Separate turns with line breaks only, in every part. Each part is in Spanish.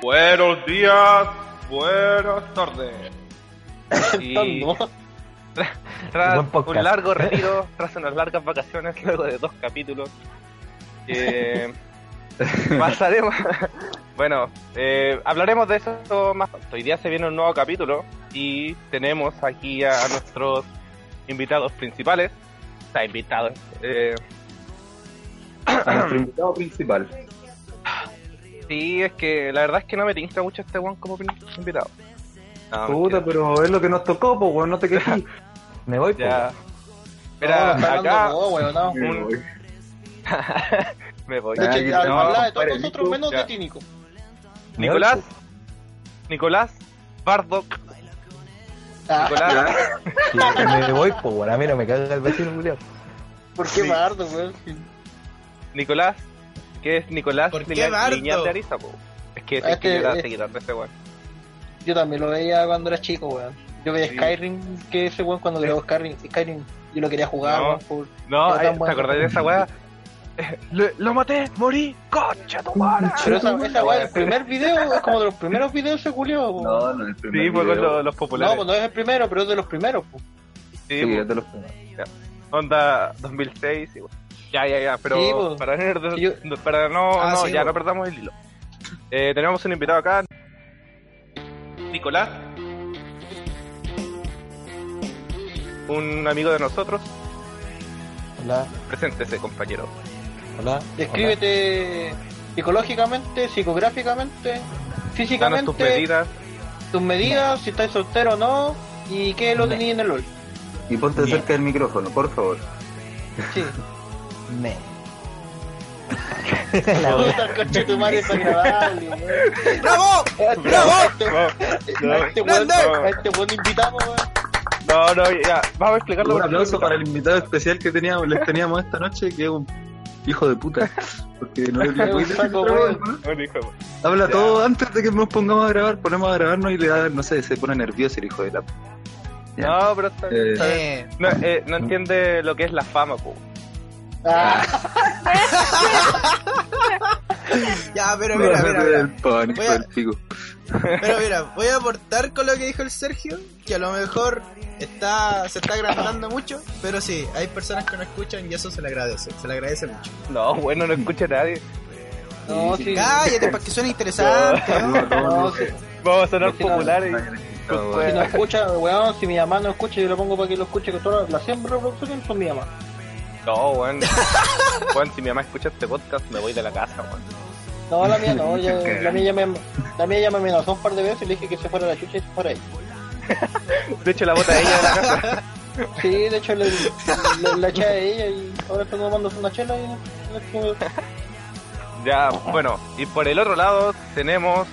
Buenos días, buenas tardes.
Y
No, no.
tras
Buen podcast.
un largo retiro, tras unas largas vacaciones, luego de dos capítulos, eh, pasaremos. bueno, eh, hablaremos de eso más. Hoy día se viene un nuevo capítulo y tenemos aquí a, nuestros invitados principales. O sea, invitados. eh,
A nuestro invitado principal.
sí, es que la verdad es que no me tinta mucho este one como pin- invitado. No,
Puta,
mentira.
pero es lo que nos tocó, pues, weón, no te quejes.
Me voy,
ya.
No,
Mira,
está hablando
acá
vos, weón, no.
Me voy. me voy.
De hecho,
Ay,
ya
no,
hablaba de todos
compadre,
nosotros menos
ya.
de Tínico.
pues. Me voy,
Nicolás, Nicolás, Bardock,
Ah,
Nicolás,
pues. Me voy, pues, bueno, a mí no me caga el vecino, Julián.
¿Por qué bardo, weón?
Nicolás, que es Nicolás
¿Por qué
Liña-
Bardo?
Liñán de Ariza, po. Es que es
Ah,
que yo era
este-
seguidor de este weón.
Yo también lo veía cuando era chico, weón. Yo veía
Sí.
Skyrim, que ese weón cuando creó Skyrim, Skyrim, yo lo quería jugar,
No.
weón, por...
No,
Era
eh,
tan
¿te
bueno.
acordás de esa weá? Lo, lo maté, morí, concha tu madre.
Pero esa, esa weón, el primer video, es como de los primeros videos se culió, weón. No,
No, no, el primer
Sí, fue con
video.
lo- los populares.
pues no es el primero, pero es de los primeros, pues.
sí,
Sí,
po.
es de los primeros.
onda 2006 y bueno. ya ya ya pero
Sí, pues.
para, no-
Sí, yo-
no- para no,
Ah,
no
sí,
ya
pues.
no perdamos el hilo eh, tenemos un invitado acá Nicolás un amigo de nosotros
Hola,
preséntese compañero
hola.
Descríbete psicológicamente, psicográficamente,
danos
físicamente,
tus medidas
tus medidas, si estás soltero o no, y qué lo tenías en el LOL.
Y ponte
Bien.
cerca del micrófono, por favor.
Sí.
hola. Me.
Puta, el coche de tu madre es agradable, weón.
¡Bravo!
¡Bravo!
no,
A este weón,
no.
a este weón invitamos, weón.
no no ya vamos a explicarlo
Un
porque-
aplauso para el invitado especial que teníamos, les teníamos esta noche, que es un hijo de puta. Porque no le
Es un saco, weón.
Bueno, hijo,
Habla
Ya.
todo antes de que nos pongamos a grabar, ponemos a grabarnos y le da, no sé, se pone nervioso el hijo de la... p- Ya.
no pero está bien,
Eh,
está bien. no, eh, no entiende lo que es la fama po.
Ah,
Ya, pero mira, mira,
El
mira.
pánico,
Voy a-
el pico.
Pero mira, voy a aportar con lo que dijo el Sergio, que a lo mejor está se está agrandando mucho, pero sí, este, hay personas que no escuchan y eso se le agradece, se le agradece mucho.
no bueno no escucha a nadie
no, sí.
Cállate, para que suene interesante. ¿no?
No, sí.
vamos a sonar
Sí, no,
populares
Si no escucha, weón, si mi mamá no escucha, yo lo pongo para que lo escuche, que todas las 100 reproducciones son mi mamá.
No, weón. weón, si mi mamá escucha este podcast, me voy de la casa, weón.
No, la mía no, ya- la, mía ya me, la mía ya me amenazó un par de veces y le dije que se fuera la chucha y se fuera ella.
De hecho, la bota ella de la casa.
Sí, de hecho le, le- la eché a ella y ahora estoy tomando una chela y...
Ya, bueno. Y por el otro lado tenemos...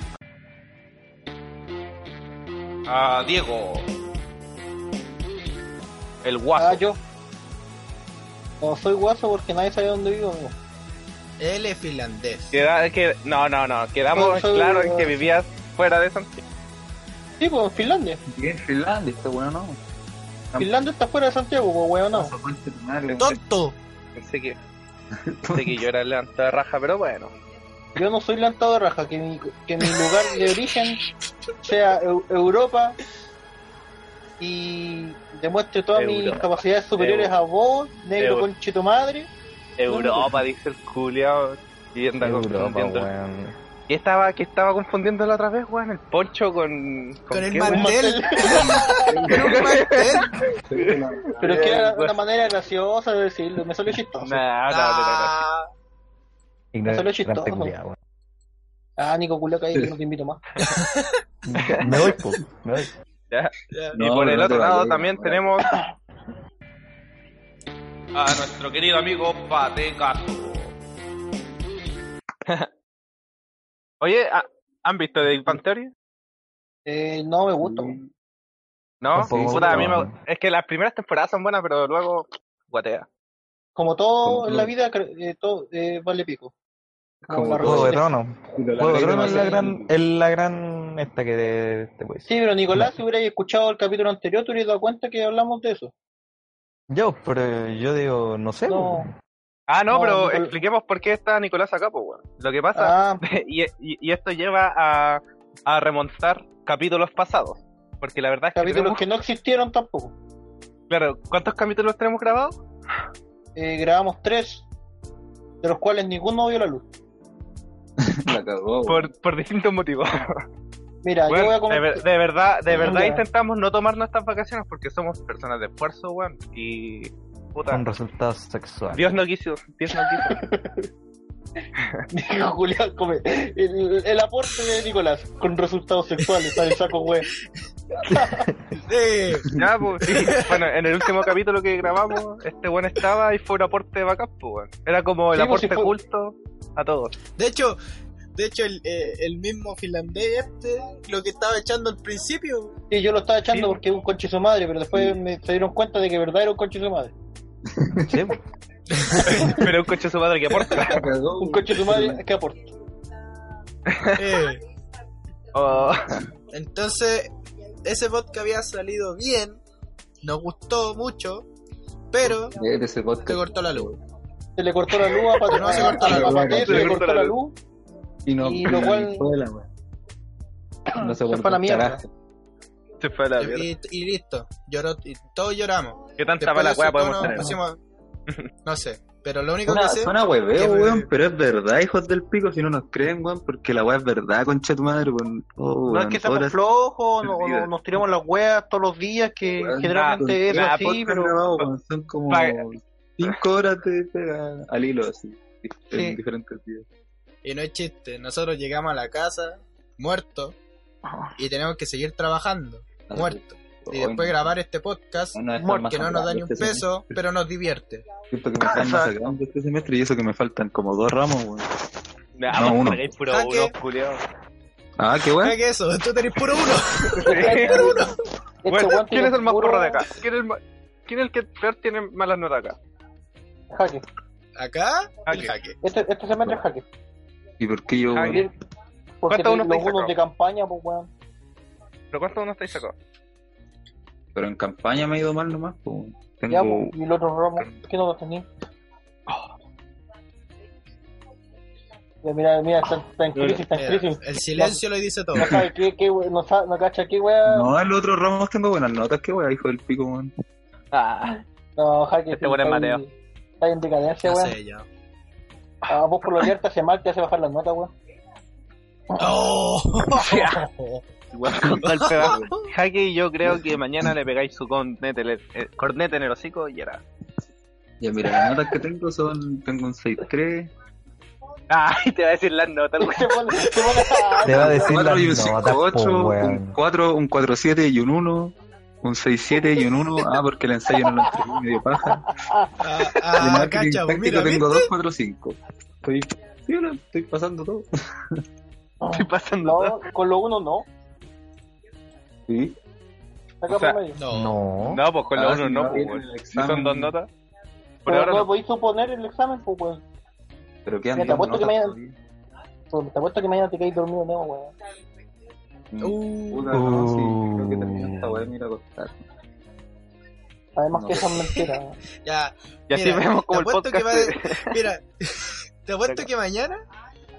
A Diego. El
Ah,
guapo.
yo. No soy guaso porque nadie sabe dónde vivo, amigo.
Él es finlandés.
Queda- que, no, no, no. Quedamos
Soy-
claro en que vivías fuera de Santiago.
Sí, pues en Finlandia.
Bien, Finlandia, está bueno, ¿no?
Finlandia está fuera de Santiago, pues weón, no.
este
¡Tonto!
Pensé que... Pensé que yo era el levantado de raja, pero bueno.
Yo no soy levantado de raja, que mi, que mi lugar de origen sea Eu- Europa y demuestre todas mis
Europa.
capacidades superiores
Eu-
a vos, negro
Eu-
conchito madre.
Europa, dice el culiao. Y anda
Europa,
confundiendo el
weón.
¿Qué estaba, qué estaba confundiendo la otra vez, weón? El poncho con...
Con, el
qué, weón?
mantel. Con un mantel.
este
Pero es que era
Bueno.
una manera graciosa de decirlo, me salió chistoso.
Nah, no, no, no, no.
Ah,
Ignorante,
Solo chistoso.
culiao, weón.
Ah, Nico Culaca, ahí no te invito más.
Me voy, pues. Me voy.
ya.
y
No,
por
no
el
te
otro
vayas,
lado
no
también
te
tenemos a nuestro querido amigo Patecaso. Oye, ¿ha- ¿han visto The Big Bang Theory?
Eh, no me gusta. weón.
Mm. No,
Tampoco.
Puta, a mí me- es que las primeras temporadas son buenas, pero luego guatea.
Como todo
Como
en la
todo.
vida, cre- eh, todo eh, vale pico. Como
Como
la
Juego de
relación.
Tronos. Juego de Tronos es eh. la gran, es la gran esta que este te, te puedes.
Sí, pero Nicolás, si hubierais escuchado el capítulo anterior, te hubierais dado cuenta que hablamos de eso.
Yo, pero yo digo, no sé.
No.
weón.
Ah, no,
No,
pero
Nicol-
expliquemos por qué está Nicolás acá, pues, weón. Lo que pasa,
Ah,
y, y- y esto lleva a, a remontar capítulos pasados. Porque la verdad es que,
capítulos
tenemos-
que no existieron tampoco.
claro, ¿cuántos capítulos tenemos grabados?
Eh, grabamos tres, de los cuales ninguno vio la luz.
La cagó. weón.
Por, por distintos motivos.
Mira,
Weón,
yo Uh. voy a
de,
comentar.
ver- de verdad, de
Ya.
verdad intentamos no tomar nuestras vacaciones porque somos personas de esfuerzo, weón. Y. Puta.
Con resultados sexuales.
Dios no quiso, Dios no quiso.
Dijo Julián come. El, el aporte de Nicolás con resultados sexuales para el saco web.
Eh,
Ya, pues, sí. Bueno, en el último capítulo que grabamos, este weón estaba y fue un aporte de backup, pues, weón. Era como el
Sí, pues,
aporte
si fue-
culto a todos.
de hecho, de hecho el, eh, el mismo finlandés este, lo que estaba echando al principio.
Y yo lo estaba echando
Sí.
porque es un conche su madre, pero después me, se dieron cuenta de que verdad era un conche su madre.
Sí,
Pero un coche su madre que aporta.
La cagó,
Un
weón.
conche su madre que aporta.
Eh,
Oh,
entonces, ese podcast había salido bien, nos gustó mucho, pero
Ver ese podcast.
te cortó la luz.
Se le cortó la luz a Pat-
No, se cortó la
a
luz.
Paté, se le cortó la luz.
Y no,
Y lo cual-
fue la weá. No se
Se
acuerda
fue a la
un
mierda.
carajo.
se fue a la mierda.
Y, y listo, lloró, y todos lloramos.
¿Qué tanta
Después
mala
de
weá
eso,
podemos
todos
tener?
nos pusimos- no sé, pero lo único
Suena,
que sé...
suena
que
hueveo,
me-
weón, pero es verdad, hijos del pico, si no nos creen, weón, porque la weá es verdad, concha de tu madre, weón. Oh,
No
weón,
es que seamos
horas-
flojos, no-
perdidas.
no- nos tiramos las weas todos los días, que
Weón,
generalmente es
nada,
así,
podcast
pero
grabado, weón, son como
Paga.
cinco horas de pega al hilo, así, en
Sí.
diferentes días.
Y no es chiste, nosotros llegamos a la casa muertos y tenemos que seguir trabajando
Ah,
muertos. Y después grabar este podcast
No, no, están
que no nos da ni un
masacrando este
peso, pero nos divierte.
semestre. Siento que me están masacrando este semestre y eso que me faltan como dos ramos, weón.
Nah,
No,
vos
uno.
tragáis puro
¿Ah,
uno,
qué?
culiao.
Ah, qué weón.
que eso, tú tenés puro uno.
este
Bueno,
weón
¿Quién
tiene
es el más
puro
burro de acá? ¿Quién es el, ma- quién es el que peor tiene malas notas acá?
jaque.
Acá,
Jaque.
el jaque.
Este, este semestre es jaque.
¿Y por qué yo,
Ah,
weón?
¿qué?
Porque
¿Cuántos
te-
unos
los
te sacó?
unos de campaña, pues weón.
¿Pero cuántos uno estáis sacando?
Pero en campaña me ha ido mal nomás, pues, weón.
Ya,
Tengo...
pues, y el otro ramo, ¿qué no lo tenía? Ya, mira, mira, está, está en crisis, está en
El,
crisis.
silencio lo dice todo.
No sabe qué, qué, we- no, sabe, no cacha qué wea.
No, el otro ramos tengo buenas notas, qué weón, hijo del pico, weón.
Ah,
No, Jaque.
Este weón es Mateo.
Está en decadencia,
No
weón.
sé ya.
A Ah, vos por lo te hace mal, te hace bajar las notas, weón.
¡Oh!
golpe bajo. Jaque, yo creo que mañana le pegáis su cornete, en el- eh, cornete en el hocico y era.
Ya, mira, las notas que tengo son... Tengo un 6-3,
Ah, y te va a decir las notas, güey.
Te pone- te pone a-
Te va a
un
decir
4 y un
las notas, po,
5-8, un
weón.
4, un 4-7 y un 1, un 6-7 y un 1. Ah, porque el ensayo no lo entregué, medio paja.
Ah,
Y en
ah,
marketing
cacha, pues,
táctico
mira,
tengo
¿viste?
2-4-5. Estoy... Sí, no, estoy pasando todo.
Estoy pasando todo.
No, con lo uno no.
Sí.
Saca
O sea,
promedio.
No.
No.
No, pues con la
Ah,
uno
si
no,
no,
pues,
en
güey.
el
Si son
examen.
dos notas. Por
Pero
ahora
no lo
no.
podéis suponer el examen, pues, weón.
Pero quedan
Mira, te
10
apuesto que
notas
mañana-
todavía.
Pero Te apuesto que mañana te quedáis dormido, no, weón.
Mm.
Uh,
Puta, no, sí, creo que termino esta weá, mira, acostar.
Además
No.
que eso es mentira. weón.
ya.
Y así
Mira,
vemos como el
te apuesto
podcast.
que va- Mira, te apuesto que mañana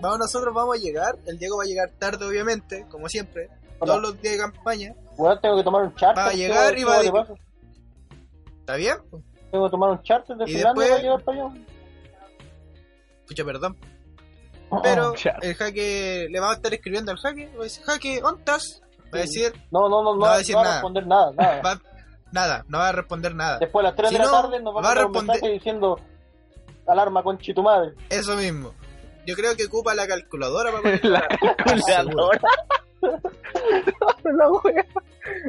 vamos, nosotros vamos a llegar. El Diego va a llegar tarde, obviamente, como siempre. Todos los días de campaña.
Weón, tengo que tomar un charter.
Va a
¿qué weón-
llegar y
qué
va a
weón le
decir-
pasa?
¿Está bien? Pues,
Tengo que tomar un charter de
Y
Finlandia
después-
para llegar para allá.
Pucha, perdón. Pero
Oh, Ya.
el jaque le vamos a estar escribiendo al jaque. Va a decir, jaque, ¿ontas? Va a decir
No, no, no, no,
No va a decir
no va a
nada.
responder nada, nada.
Va- nada, no va a responder nada.
Después a las 3
Si
de la
no,
tarde nos va
va
a
a
mandar un
responder-
mensaje diciendo alarma con madre.
Eso mismo. Yo creo que ocupa la calculadora para poner
La calculadora. La wea.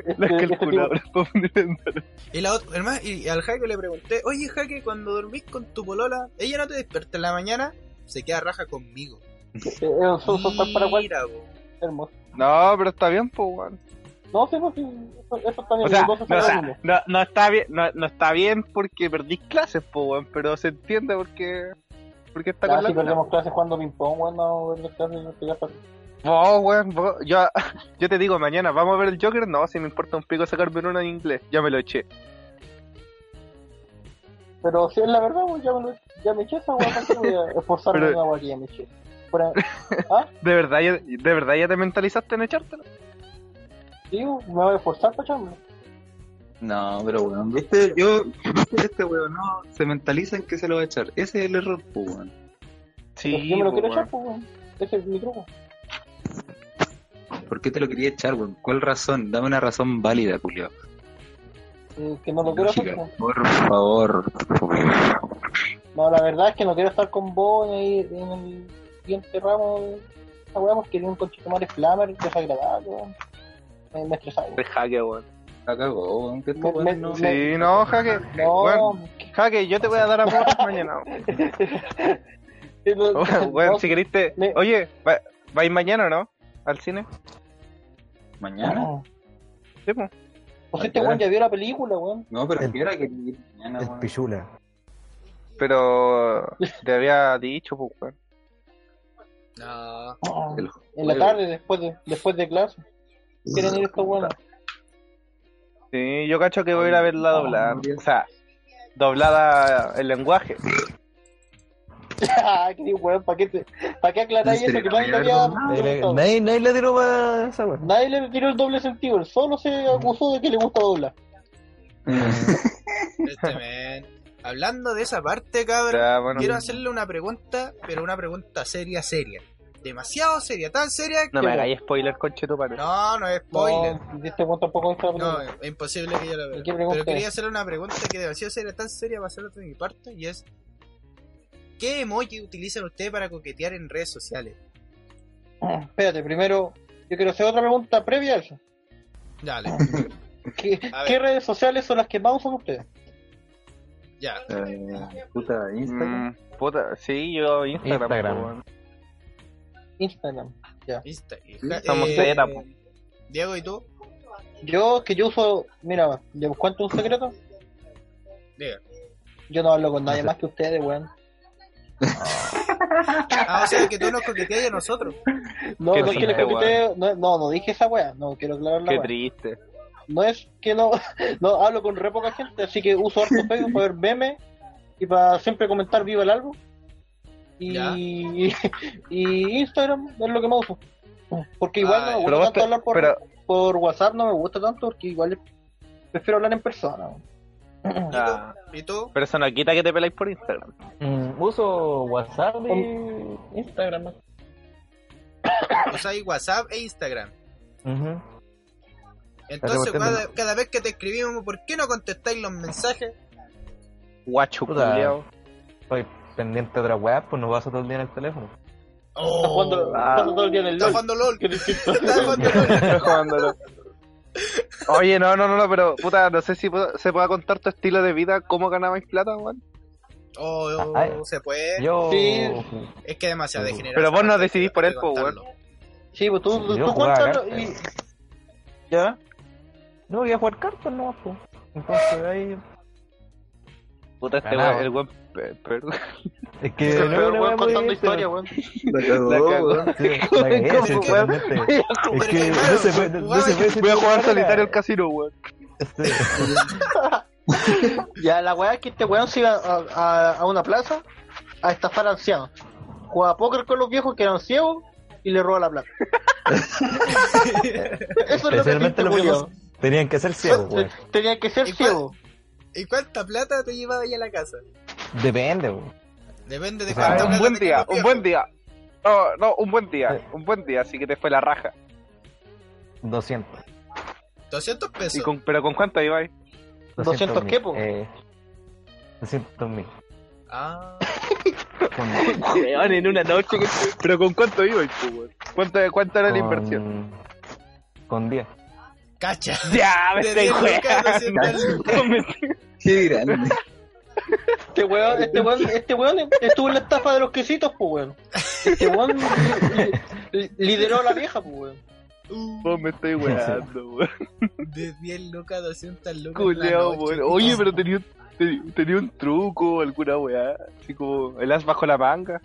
La
Este- este
calculadora. para poner-
Y la otra, hermano, y al Jaque le pregunté, oye Jaque, cuando dormís con tu polola, ella no te despierta en la mañana, se queda raja conmigo.
tipo, eh, eh, son- son para cual-
Mira, bo.
hermoso.
No, pero está bien, pues, weón.
No, sí, pues sí, eso, eso también
O sea,
las
no,
cosas
o
son
sea,
lo mismo.
no- no está bien, no, no está bien porque perdís clases, po, weón, pero se entiende porque porque está
Ah,
con la
si
mina.
perdemos clases jugando ping-pong, weón, no, vamos a ver clases no te gastas.
Vos, weón, vos- yo, yo te digo mañana, vamos a ver el Joker, no, si me importa un pico sacarme una en inglés, ya me lo eché.
Pero si es la verdad, pues ya me, lo- ya me eché esa weá, ¿para qué voy a esforzarme
Pero-
en una weá que ya me eché? Fuera- ¿Ah?
¿De verdad, ya, ¿De verdad ya te mentalizaste en echártela?
Sí, me voy a esforzar para echarme.
No, pero weón, viste, yo, viste, este weón no se mentaliza en que se lo va a echar. Ese es el error, pues, weón.
Pero si yo me lo quiero echar, pues weón. Ese es mi truco.
¿Por qué te lo quería echar, weón? ¿Cuál razón? Dame una razón válida, Julio.
Eh, Que no lo quiero hacer. pues.
Por favor.
No, la verdad es que no quiero estar con vos en el, en el siguiente ramo de esa weá porque tiene un conchetumare flamer desagradable, weón. Me, me estresaba.
De jaque, weón.
La cagó, weón. Que este
Me-
weón
me-
no...
me-
Sí, no, jaque.
No,
Weón, jaque, yo te voy a dar amor mañana.
que no-
Weón,
no,
weón, si queriste.
me-
Oye, va- ¿vais mañana o no? ¿Al cine?
¿Mañana?
Sí, po.
Pues este weón ya vio la película, weón.
No, pero
El-
¿qué hora que mañana,
Es
weón?
pichula.
Pero te había dicho, pues, weón.
No.
Oh.
El
En la
jueves.
tarde, después de, después de clase. Quieren ir estos weones.
Sí, yo cacho que voy a ir a verla doblada. O sea, doblada el lenguaje.
Ah, qué weón, ¿para qué, te- pa' qué aclaráis
¿En
eso?
serio?
Que nadie le
¿La
había
verdad?
Nadie le-
preguntado.
Nadie nadie le tiró para esa weá.
Nadie le tiró el doble sentido, él solo se acusó de que le gusta doblar.
Este men. Hablando de esa parte, cabrón.
Ya, bueno.
Quiero hacerle una pregunta, pero una pregunta seria, seria. Demasiado seria, tan seria que...
No me hagáis spoiler, conche tu padre.
No, no es spoiler.
No, de este weón tampoco es
No, eh. es imposible que yo la vea.
¿Y qué pregunta
Pero
es?
quería hacerle una pregunta que demasiado seria, tan seria va a ser de mi parte, y es... ¿Qué emoji utilizan ustedes para coquetear en redes sociales?
Ah, Espérate, primero, yo quiero hacer otra pregunta previa a eso.
Dale,
¿Qué,
A ver.
qué redes sociales son las que más usan ustedes?
ya.
Eh, puta, Instagram.
Mm, puta, sí, yo Instagram.
Instagram.
po, weón.
Instagram.
Insta.
Somos teta, po.
Eh, Diego, ¿y tú?
Yo, que yo uso, mira, ¿les cuento un secreto?
Diga.
Yo no hablo con nadie más que ustedes, weón.
Ah, o sea, que tú nos coqueteas y a nosotros.
No,
Qué
no es que
triste,
les coquete, no, no, no dije esa weá, no quiero aclarar la
Qué
weá.
triste.
No es que no, no hablo con re poca gente, así que uso harto Facebook para ver memes y para siempre comentar viva el álbum. Y,
Ya.
y Instagram es lo que más uso. Porque igual
Ah,
no me gusta
ya.
Pero vos
tanto
te-
hablar por,
pero-
por WhatsApp, no me gusta tanto porque igual prefiero hablar en persona.
ah,
¿Y tú?
pero eso no quita que te peláis por Instagram.
Mm, Uso WhatsApp y Instagram.
O sea, hay WhatsApp e Instagram.
Ujú.
Entonces,
Está
cada, cada vez que te escribimos, ¿por qué no contestáis los mensajes?
Guacho,
Puta.
culiao.
Estoy pendiente de otra weá, pues no paso todo el día en el teléfono.
Estás jugando,
Oh.
Oh, ah.
paso todo el día en el
Está
LOL.
jugando LOL.
que distinto.
Está jugando LOL.
Estoy jugándolo. Oye, no, no, no, no, pero puta, no sé si puedo- se pueda contar tu estilo de vida, cómo ganabais plata, weón.
Oh,
Ay.
se puede.
Eh,
Yo.
Sí.
Es que es demasiado degenerado.
Pero vos no
Hay que-
decidís
hay
por
que
él, po,
contarlo.
Sí, pues tú, tú,
Yo
tú
jugaba
cuéntalo
cartas.
y... ¿Ya?
No, voy a jugar cartas nomás, pues. Entonces ahí.
Puta, este
Ganado.
weón, el weón. pe- pero-
Es que.
el
no es
peor
una
weón
weá muy
contando
bien,
historia, weón.
La cagó,
La cagó.
weón.
pero- Sí, la cagué,
¿Cómo,
sí,
weón?
totalmente. Es que
Pero claro,
no se puede, no se puede decir
Voy a jugar
cartas.
solitario al casino, weón.
Sí.
Ya, la weá es que este weón se iba a, a- a una plaza a estafar ancianos. Jugaba póker con los viejos que eran ciegos y le roba la plata. Eso es lo que viste,
Especialmente los
Julio.
viejos tenían que ser ciegos, weón.
Tenía que ser
¿Y cuál-
ciego.
¿Y cuánta plata te llevaba ahí a la casa?
Depende, weón.
Depende de
O sea,
cuánta
Ah,
un
plata
buen
tenía
día,
los
un
viejos.
buen día. No, no, un buen día,
Sí.
un buen día, así que te fue la raja.
200.
200
Y
pesos.
con, ¿Pero con cuánto ibais?
200 qué, po?
Eh, 200 Eh, mil.
Ah,
Con,
en una noche. Ah. ¿Pero con cuánto ibais, tú, weón? ¿Cuánto, ¿Cuánto era la inversión?
Con 10.
cacha.
Ya, me
De
estoy
10
jugando.
lucas, 200 lucas.
Qué grande.
Este weón, este weón, este weón estuvo en la estafa de los quesitos, pues weón. Este weón li- li- lideró a la vieja, pues weón.
Uh,
No, me estoy weando, weón.
De 10 lucas, 200 lucas. en la
Culeado,
noche.
weón. Oye, pero tenía, tenía, tenía un truco, alguna weá. Así como el as bajo la manga.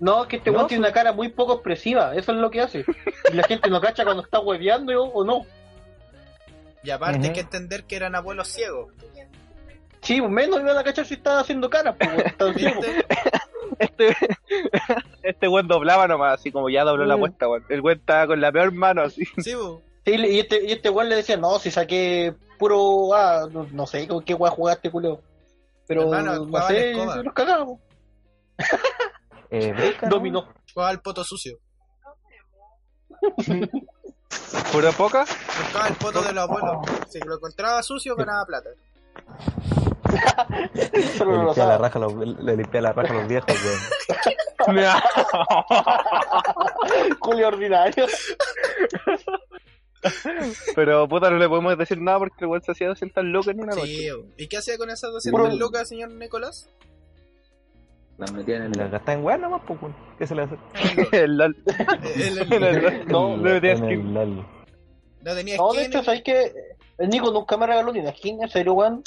No, es que este
No,
weón tiene una cara muy poco expresiva, eso es lo que hace. Y la gente no cacha cuando está hueveando o no.
Y aparte hay
Ujú.
que entender que eran abuelos ciegos.
Sí, menos iban a cachar si estaba haciendo cara, pues, weón. Estaba ciego.
¿Viste?
Este, este weón doblaba nomás, así como ya dobló la apuesta, weón. El weón estaba con la peor mano, así.
Sí, bo.
Sí, y este, y este weón le decía, no, si saqué puro ah, no, no sé con qué weón jugaste, culo. Pero
Hermano,
no
jugaba en
sé,
escoba.
nos cagamos.
Eh, Breca, ¿no?
Dominó.
Jugaba al poto sucio.
¿Puro poca?
Buscaba el poto de los abuelos. Si lo encontraba sucio, ganaba plata.
Solo
Le
no lo
limpia la
sabe.
raja a los, le limpia la raja a los viejos, weón.
Culo ordinario.
Pero puta, no le podemos decir nada porque el weón se hacía 200 locas en una noche.
Sí, bo. ¿Y qué hacía con esas
Puro-
200 lucas, señor Nicolás?
La metían en
La
la...
gastan en weón nomás, pues, weón. ¿Qué se le hace?
El LOL.
Eh, El- el-
En el LOL. No,
En
le metía
el
skin.
LOL.
No tenía
No, de
skin.
hecho, sabéis que el Nico nunca me regaló ni una skin, en serio, weón.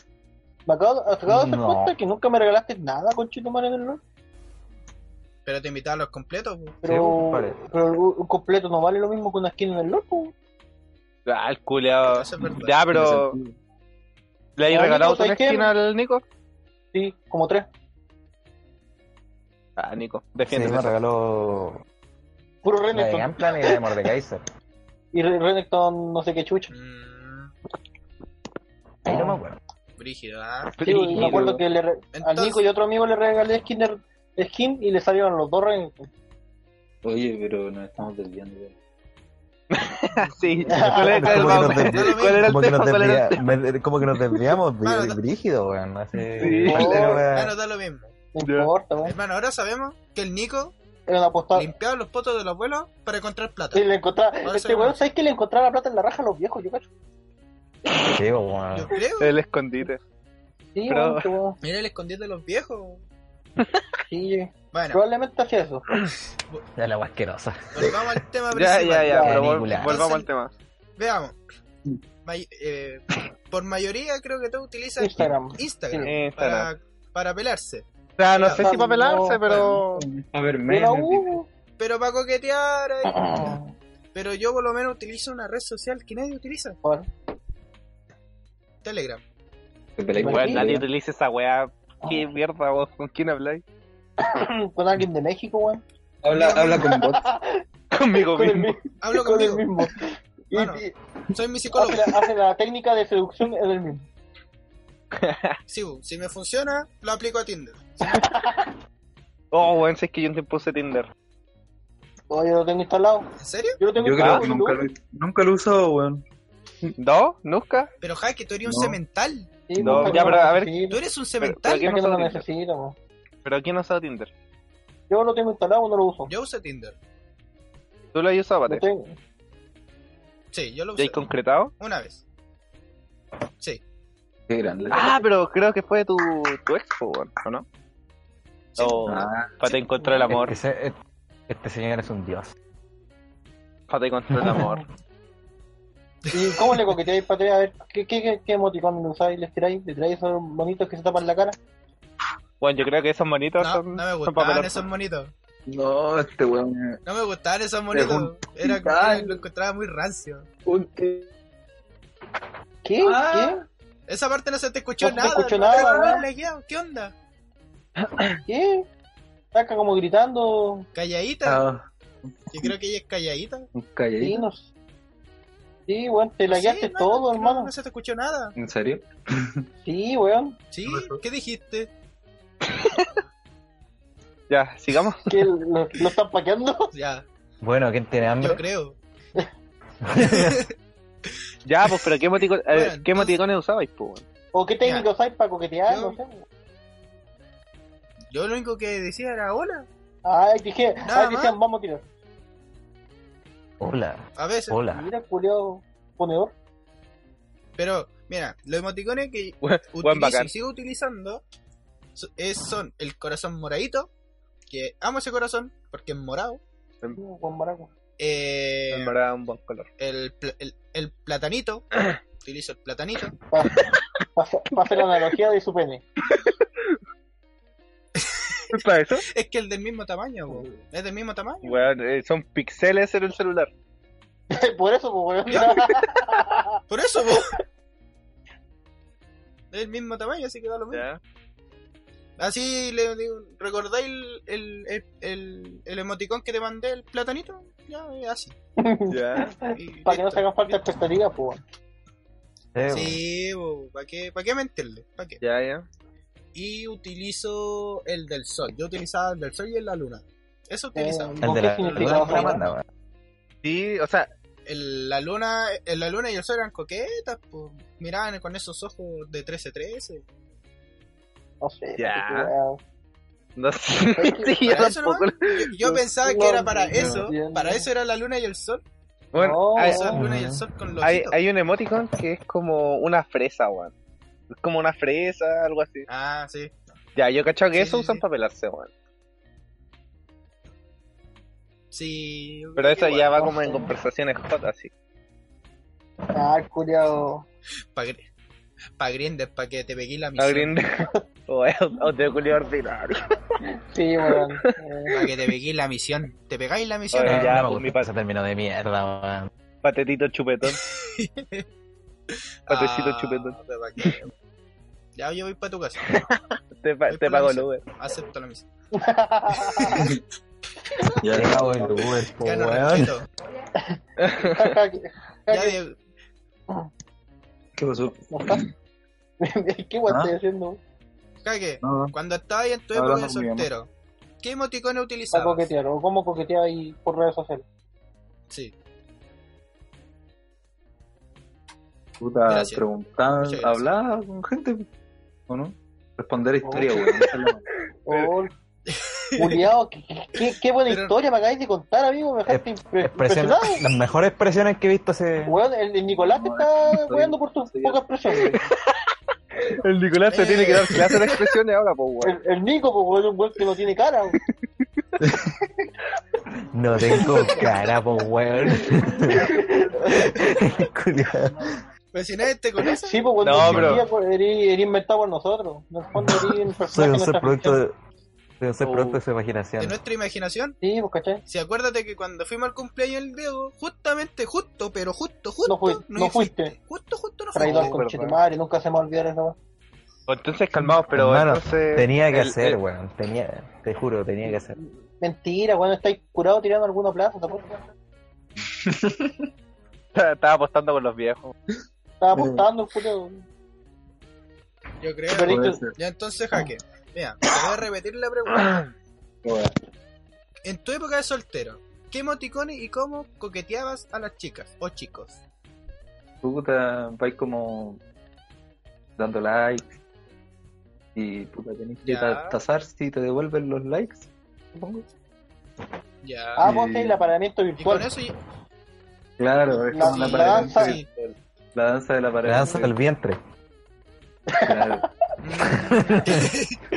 Me acabo, acabo de dar
No.
cuenta que nunca me regalaste nada, conchito madre del LOL.
Pero te invitaba a los completos, bo.
Sí,
Pero,
compadre.
pero un completo no vale lo mismo que una skin en el LOL, po.
Ah, el culeado.
Eso es verdad.
Ya, pero. ¿Le hay
Ah,
regalado
Nico,
una
¿sabes qué?
skin al Nico?
Sí, como tres.
Ah, Nico,
Sí,
defiende.
me regaló
Puro
la de
Renekton.
Gamplan y la de Mordekaiser.
Y Re- Renekton, no sé qué chucha.
Mm,
Ahí no me acuerdo.
brígido, ¿ah?
Sí, y me acuerdo que le re-
Entonces-
a Nico y otro amigo le regalé skin, de- skin y le salieron los dos Renekton.
Oye, pero nos estamos desviando. ya.
sí, ¿cuál era el,
Como que nos
desvi-
cuál era el
Como que,
tema?
nos
¿Cuál era el
desvia-
tema?
me- como que nos desviamos
Mano,
brí-
no-
brígido, weón. Hace
Sí.
falta que
Oh,
weá-
Bueno, Ah, da lo mismo.
No
Ya.
importa, weón.
Hermano, ahora sabemos que el Nico
Era una postada.
limpiaba los potos de los abuelos para encontrar plata.
Y le encontraba,
Ahora
este
sí,
weón,
weón.
¿sabes que le encontraba la plata en la raja a los viejos? Yo cacho.
Sí, weón.
Yo creo.
El escondite.
Sí,
Pero-
weón, este weón.
Mira el escondite de los viejos.
Sí,
Bueno,
probablemente hacía eso.
Ya la guasquerosa.
volvamos al tema
Ya,
principal.
ya, ya,
Ya,
pero vol-
Nicolás.
volvamos al tema.
Veamos. May- eh, por mayoría creo que todos utilizan
Instagram.
Instagram
Eh, Instagram.
para, para pelarse.
O sea, no
Ya,
sé si para pelarse,
no,
pero.
A ver,
Pero,
menos.
uh,
Pero para coquetear. ahí. Pero yo por lo menos utilizo una red social que nadie utiliza.
bueno,
Telegram.
Te peleáis
Bueno,
con
Nadie
nadie.
utiliza esa weá. Qué mierda vos, ¿con quién habláis?
con alguien de México, weón.
Habla, habla con vos.
Conmigo
Con el,
mismo.
mi-
Hablo
con el Ah,
conmigo.
mismo. Y,
Bueno,
y
Soy mi psicólogo.
hace, la, hace la técnica de seducción en el mismo.
Sí, bu, si me funciona, lo aplico a Tinder.
Oh, weón, si es que yo un tiempo usé Tinder.
Oh, yo lo tengo instalado.
¿En serio?
Yo lo tengo
Yo creo
instalado.
que nunca lo, nunca lo he usado, weón.
¿No? ¿Nunca?
Pero Jaque, tú eres
No.
un cemental.
Sí,
No,
nunca
ya,
lo
pero a ver,
necesito.
Tú eres un
Pero,
cemental.
¿quién
Es que no
usaba
lo
Tinder?
necesito, weón.
¿Pero quién ha usado Tinder?
Yo lo tengo instalado, no lo uso.
Yo uso Tinder.
¿Tú lo has usado,
Lo
Pate?
tengo.
Sí, yo lo
¿Ya hay
usé.
concretado?
Una vez. Sí.
Qué grande.
Ah, pero creo que fue tu, tu expo, weón, ¿o no? O
Ah,
para encontrar el amor,
Este, se- este señor es un dios.
para encontrar el amor.
¿Y cómo le coqueteáis, Patrick? A ver, ¿qué, qué, qué, qué emoticón le usáis? ¿Les tiráis? ¿Le tiráis esos bonitos que se tapan la cara?
Bueno, yo creo que esos monitos
No,
son,
no me
son
gustaban
papelones.
esos monitos.
no, este weón.
No me gustaban esos
Es
monitos.
un
Era como
titán.
que lo encontraba muy rancio.
Un tío.
¿Qué?
Ah.
Esa parte no se te escuchó
No se te
nada.
escuchó
no te
nada,
escuchó
¿eh?
lagueado, ¿Qué onda?
¿Qué? ¿Qué? Saca como gritando.
Calladita.
Ah,
Yo creo que ella es calladita.
un calladito.
Sí, no sé. Sí, weón, te lagueaste
Sí, no,
todo,
no,
hermano.
No se te escuchó nada.
¿En serio?
Sí, weón.
Sí,
¿Qué pasó?
¿qué dijiste?
Ya, sigamos.
Que lo, lo están paqueando.
Ya,
Bueno, ¿quién tiene
yo
hambre?
creo.
Ya, pues, pero ¿qué, emotico- eh,
Bueno,
¿qué emoticones usabais, pues? weón?
¿O qué técnica
Ya.
usáis para coquetear?
Yo-
No sé.
Yo lo único que decía era hola.
Ay, Ah, dije,
Nada
ay, decían,
más.
vamos a tirar.
Hola,
A veces.
hola.
Mira, culiao ponedor.
Pero, mira, los emoticones que
Buen- buen
utilizo
bacán.
y sigo utilizando so- es, son el corazón moradito, que amo ese corazón porque es morado.
Juan Baraco.
eh,
En verdad, un buen color.
el, pla- el, el platanito, utilizo el platanito.
Para hacer la analogía de su pene.
¿Para eso?
Es que el del mismo tamaño,
Oh.
po. es del mismo tamaño.
Weón, eh, son pixeles en el celular.
Por eso, pues, weón.
Por eso, po. Es el mismo tamaño, así que da lo mismo.
¿Ya?
Así le digo, ¿recordáis el, el, el, el- el emoticón que te mandé, el platanito? Ya, es así.
¿Ya?
Y
Para Ah, que no
listo.
se hagan falta expectativas, pues.
Eh,
Sí, ¿para qué, pa' qué mentirle? ¿Para qué?
¿Ya, ya?
Y utilizo el del sol. Yo utilizaba el del sol y el de la luna. Eso utilizaba.
Eh,
El de
¿Qué
la,
significa
la-
otra
la banda, weón.
Sí, o sea,
El- la luna el- la luna y el sol eran coquetas, pues, miraban con esos ojos de 13-13.
No sé.
Ya.
no sé, weón.
no sé. Sí, yo
¿Para eso
tampoco.
nomás? Yo
No,
pensaba
no,
que era para
no,
eso,
no.
para eso era la luna y el sol.
Bueno,
No,
hay,
Eso, la
Ah.
luna y el sol con los
hay,
ojitos.
hay un emoticon que es como una fresa, weón. Es como una fresa, algo así.
Ah, sí.
Ya, yo cacho que
Sí,
eso
sí,
usan
sí.
para pelarse, weón.
Sí.
Pero eso
igual.
ya va como en conversaciones hot, así.
Ah, el culiao.
Pa' gri- pa' Grindr, pa' que te pegué la
A
misión.
Grindr. O Oh, es o te culio ordinario.
Sí, weón. Eh,
Pa' que te pegué la misión. ¿Te pegáis la misión?
Oye,
Eh, No,
ya,
no me
pues, mi
gusta ese término de mierda, weón.
Patetito chupetón. Patecito
Ah,
chupetón.
pero pa' qué. Ya, yo voy para tu casa.
Te, pa-
Voy
te
por la
pago el
misión.
Uber.
Acepto la misión.
Ya,
Te cago en tu Uber, po,
Gano
weón.
respeto.
jaja, que-
Ya,
jaja,
Diego,
¿Qué pasó?
no está. ¿Qué weón
¿Ah?
estoy haciendo?
Jaque,
No,
cuando estabas en tu
Ahora
época de
no me llamo.
soltero, ¿qué emoticones
¿Para
utilizabas?
coquetear? ¿O cómo coquetear ahí por redes sociales?
Sí.
puta,
Gracias.
preguntaba,
Muchas gracias.
hablaba con gente, ¿o no? Responder a historia, weón. esa es la-
Oh, culiao, qué, qué, qué buena
Pero-
historia me acabáis de contar, amigo. Me dejaste impre-
Expresión-
impresionado.
las mejores expresiones que he visto hace.
Weón, el, el Nicolás te
No,
está
estoy-
weando por tus
estoy-
pocas presiones.
El Nicolás
te tiene que dar
clases de expresiones ahora, pues, weón.
El, el Nico, pues, weón, un weón que no tiene cara. weón.
No tengo cara, po, weón. Culiao.
Pero si nadie te conoce,
Sí, pues, weón,
No,
tú
pero-
decías, pues, eres, eres inventado por nosotros. En el fondo, eres un
Soy
personaje
un
de nuestra
ser producto
ficción.
de. Soy un ser
Oh.
producto de su
de
imaginación.
nuestra imaginación.
Sí, pues, ¿cachai?
Si acuérdate que cuando fuimos al cumpleaños del Diego, justamente, justo, pero justo, justo,
No fui- no fuiste.
Justo, justo no
Traidor
Oh,
con
verdad.
Chetumare, nunca se me va a olvidar esa weón.
Oh, Entonces, calmados, pero
Hermano,
entonces...
Tenía que
el-
hacer,
el-
weón. Tenía, te juro, tenía que hacer.
Mentira, weón, estáis curados tirando alguna plaza, ¿te acuerdas?
Estaba apostando con los viejos.
Estaba apostando el culiao.
Yo creo.
Pero-
Puede ser,
Ya entonces, Jaque, mira, te voy a repetir la pregunta.
weón.
En tu época de soltero, ¿qué emoticones y cómo coqueteabas a las chicas o chicos?
puta, vais como dando likes y puta, tenés que
Ya.
ta- tasar si te devuelven los likes, supongo.
Ya.
Ah,
Y-
vos tenés el apareamiento
y con
virtual.
eso y-
Claro, es
La-
como una
la
pared.
danza.
Sí.
La danza de la pared.
La danza del vientre.
Claro.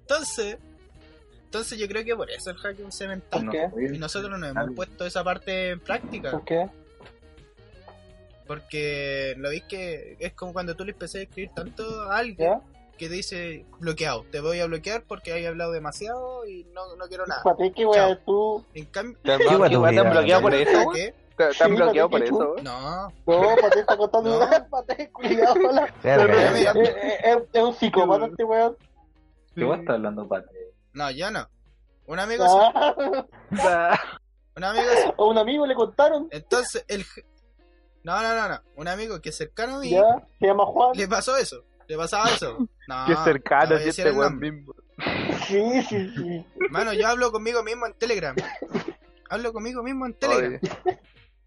Entonces, entonces yo creo que por eso el Jaque es un cemental.
No,
¿Qué?
Y nosotros no nos hemos puesto esa parte en práctica.
¿Por qué?
Porque lo veis que es como cuando tú le empecé a escribir tanto a alguien
¿Ya?
que dice bloqueado, te voy a bloquear porque hay hablado demasiado y no, no quiero nada.
Pate, que weón, tú.
En cambio,
¿Qué
Calmado,
weón
¿Qué
tu
weón, ¿Te
vida?
han bloqueado por eso, weón?
Jaque,
¿Te te han
Sí,
bloqueado
Patricio,
por eso,
tú-
weón?
no,
No, Pate está contando
No.
una. Pate, culiao, hola.
Verga.
Es- Es Eh, es- es un psicópata este weón.
¿Qué vos estás hablando, Pate?
no, yo no. Un amigo sí,
Ah,
un amigo sí.
A un amigo le contaron.
Entonces, el. J- No, no, no, no. Un amigo que es cercano a mí
Ya, se llama Juan.
le pasó eso. Le pasaba eso. No,
Qué
no
cercano
voy a
es
decir
este
el
weón
nombre.
mismo.
Sí, sí, sí.
Mano, yo hablo conmigo mismo en Telegram. Hablo conmigo mismo en Telegram.
Oye.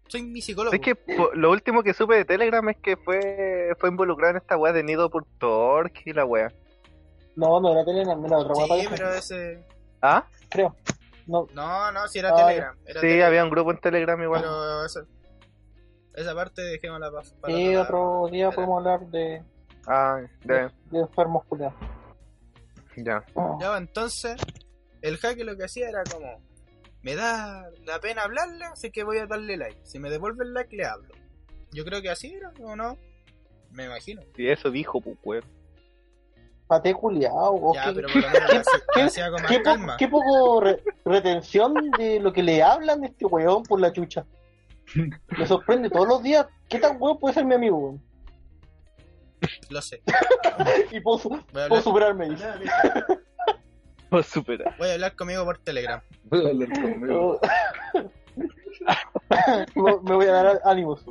Soy mi psicólogo.
Es que po- lo último que supe de Telegram es que fue, fue involucrado en esta weá de Nido por Torque y la weá.
No, no era Telegram, era otra
Sí,
guapa.
pero ese.
¿Ah,
Creo. No,
No, no, si era
Ah,
Telegram. Era
sí,
Telegram,
había un grupo en Telegram igual.
Pero esa, esa parte dejémosla pa- para.
sí,
otro lado.
otro día
Espera.
podemos hablar de,
Ah, de-
de enfermos culiados.
ya.
Oh.
Ya, pues, entonces, el jaque lo que hacía era como, me da la pena hablarle, así que voy a darle like. Si me devuelve el like, le hablo. Yo creo que así era, ¿o no? Me imagino.
Y eso dijo, pues, weón.
Pate culiao. o
ya,
qué-
pero por lo menos lo hacía, lo hacía con más
Qué, po-
calma.
qué poco re- retención de lo que le hablan a este weón por la chucha. Me sorprende todos los días. ¿Qué tan weón puede ser mi amigo, weón?
lo sé.
Y puedo,
Voy a
puedo
hablar,
superarme. dice.
Por superar.
voy a hablar conmigo por Telegram.
Voy a hablar
Oh.
conmigo.
Me me voy a dar ánimos.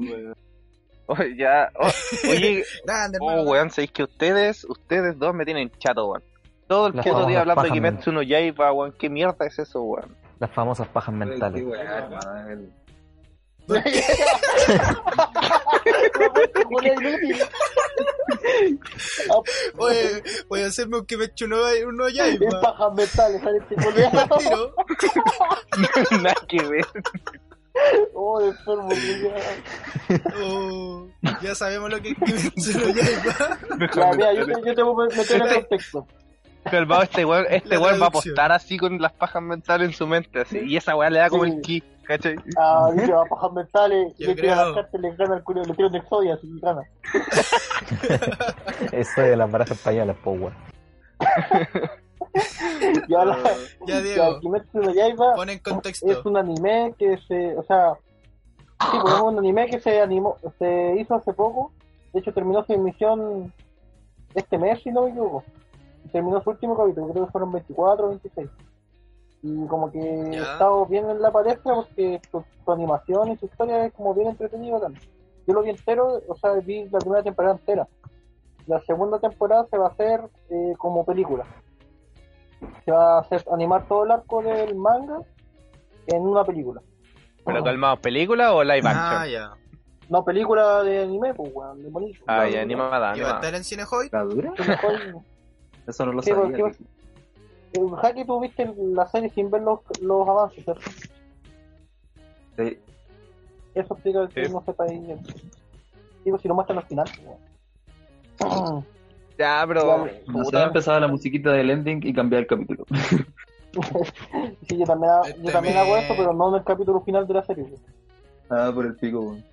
Oh, ya. oh, oye,
Grande,
oh,
hermano.
weón, sabéis que ustedes, ustedes dos me tienen chato, weón. Todo el
Las
puto día
famosas
hablando de
pajas, man.
Kimetsu no Yaiba, weón. ¿Qué mierda es eso, weón?
Las famosas pajas mentales.
Bueno, inútil.
Oye, voy a hacerme un que me eche uno, uno ya y
Es
va.
paja mental, sale este culiao.
Tiro.
Nada que ver.
Oh, enfermo, culiao.
Oh, ya sabemos lo que es que me eche uno ya y va.
Ya, mira, yo, te- yo te voy a meter en el
Este-
contexto.
Calmado, este weón, este
La
weón va a
traducción.
apostar así con las pajas mentales en su mente, así. Y esa weá le da como
Sí.
el ki, ¿cachai?
Ah, dice, va a pajas mentales,
Yo
le tira
creo-
las cartas, le gana al culiao, le tira un exodia, así gana.
Eso de las barajas españolas, po, weón.
Y ahora,
Ya,
ya,
Diego.
Kimetsu no Yaiba
Pon en
es
contexto.
un anime que se, o sea, sí, pues, es un anime que se animó, se hizo hace poco, de hecho terminó su emisión este mes, si no me equivoco. Terminó su último capítulo, creo que fueron 24 o 26. Y como que he
Ya.
estado bien en la palestra porque su, su animación y su historia es como bien entretenido también. Yo lo vi entero, o sea, vi la primera temporada entera. La segunda temporada se va a hacer eh, como película. Se va a hacer animar todo el arco del manga en una película. Ah.
Pero calmado, ¿película o live
Ah,
action?
ya.
No, película de anime, pues, weón, de bonito.
Ah, ya, animada,
¿Y va a
animada.
estar en Cine Hoy?
¿La dura?
Que mejor-
Eso no lo
Sí,
sabía.
porque- eh, Jaque, tú viste la serie sin ver los, los avances, ¿cierto?
Sí.
Eso explica que
Sí.
no se está ahí. Digo, si lo muestran al final, pues, weón.
Ya, pero.
eh,
No sé, empezaba la musiquita del ending y cambiaba el capítulo.
Sí, yo también, ha- yo
Este
también
me-
hago eso, pero no en el capítulo final de la serie. weón.
Ah, por el pico, weón.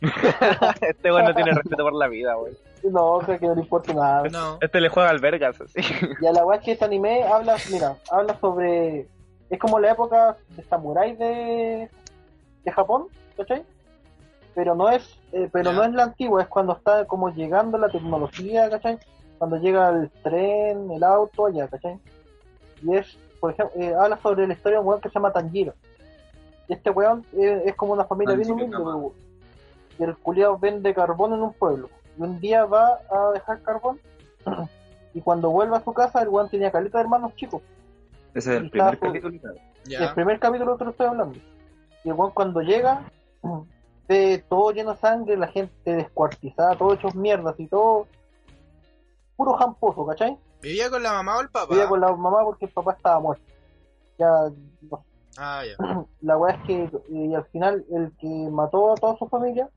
Este weón no tiene respeto por la vida, weón.
No, o sea, que no le importa nada.
No.
Este le juega al vergas, así.
Y a la weá que este anime habla, mira, habla sobre. Es como la época de samuráis de, de Japón, ¿cachai? Pero no es eh, pero
Ya.
no es la antigua, es cuando está como llegando la tecnología, ¿cachai? Cuando llega el tren, el auto, allá, ¿cachai? Y es, por ejemplo, eh, habla sobre la historia de un weón que se llama Tanjiro. Y este weón eh, es como una familia bien
Tanjiro
humilde,
Kama.
weón. Y el culiao vende carbón en un pueblo. Y un día va a dejar carbón y cuando vuelve a su casa, el weón tenía caleta de hermanos chicos.
Ese es el
Está
primer
por-
capítulo.
El
Ya.
primer capítulo te lo estoy hablando. Y el weón cuando llega, ve todo lleno de sangre, la gente descuartizada, todo hechos mierdas y todo. Puro jamposo, ¿cachai?
¿Vivía con la mamá o el papá?
Vivía con la mamá porque el papá estaba muerto. Ya, no,
Ah, ya.
la weá es que eh, y al final el que mató a toda su familia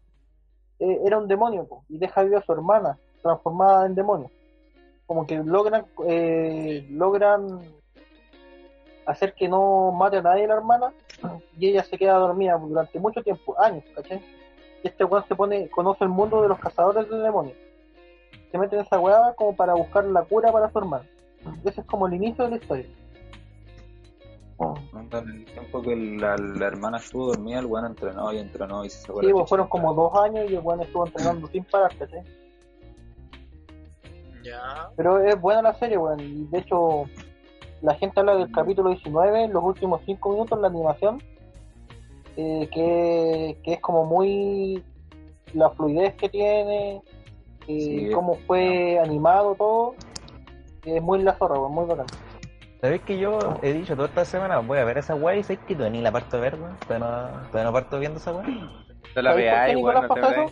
eh, era un demonio po, y deja viva a su hermana transformada en demonio como que logran eh, logran hacer que no mate a nadie la hermana y ella se queda dormida durante mucho tiempo años ¿cachai? y este weón se pone conoce el mundo de los cazadores de demonios se mete en esa weá como para buscar la cura para su hermana ese es como el inicio de la historia
Cuando en el tiempo que la, la hermana estuvo dormida, el weón entrenó y entrenó y se sacó
Sí,
la
pues
chucha.
fueron como dos años y el weón estuvo entrenando sin parar, ¿cachai?
Ya.
Pero es buena la serie, weón. Y de hecho, la gente habla del capítulo 19, los últimos 5 minutos, la animación, eh, que, que es como muy. la fluidez que tiene, eh,
Sí,
cómo fue animado todo. Es muy la zorra, weón, muy bacán.
¿Sabéis que yo he dicho toda esta semana voy a ver esa weá y sé que todavía ni la parto de ver, weón? Todavía no, todavía no parto viendo esa weá.
No la
¿Sabéis por qué
veáis,
Nicolás
weón, no te
pasó
veáis.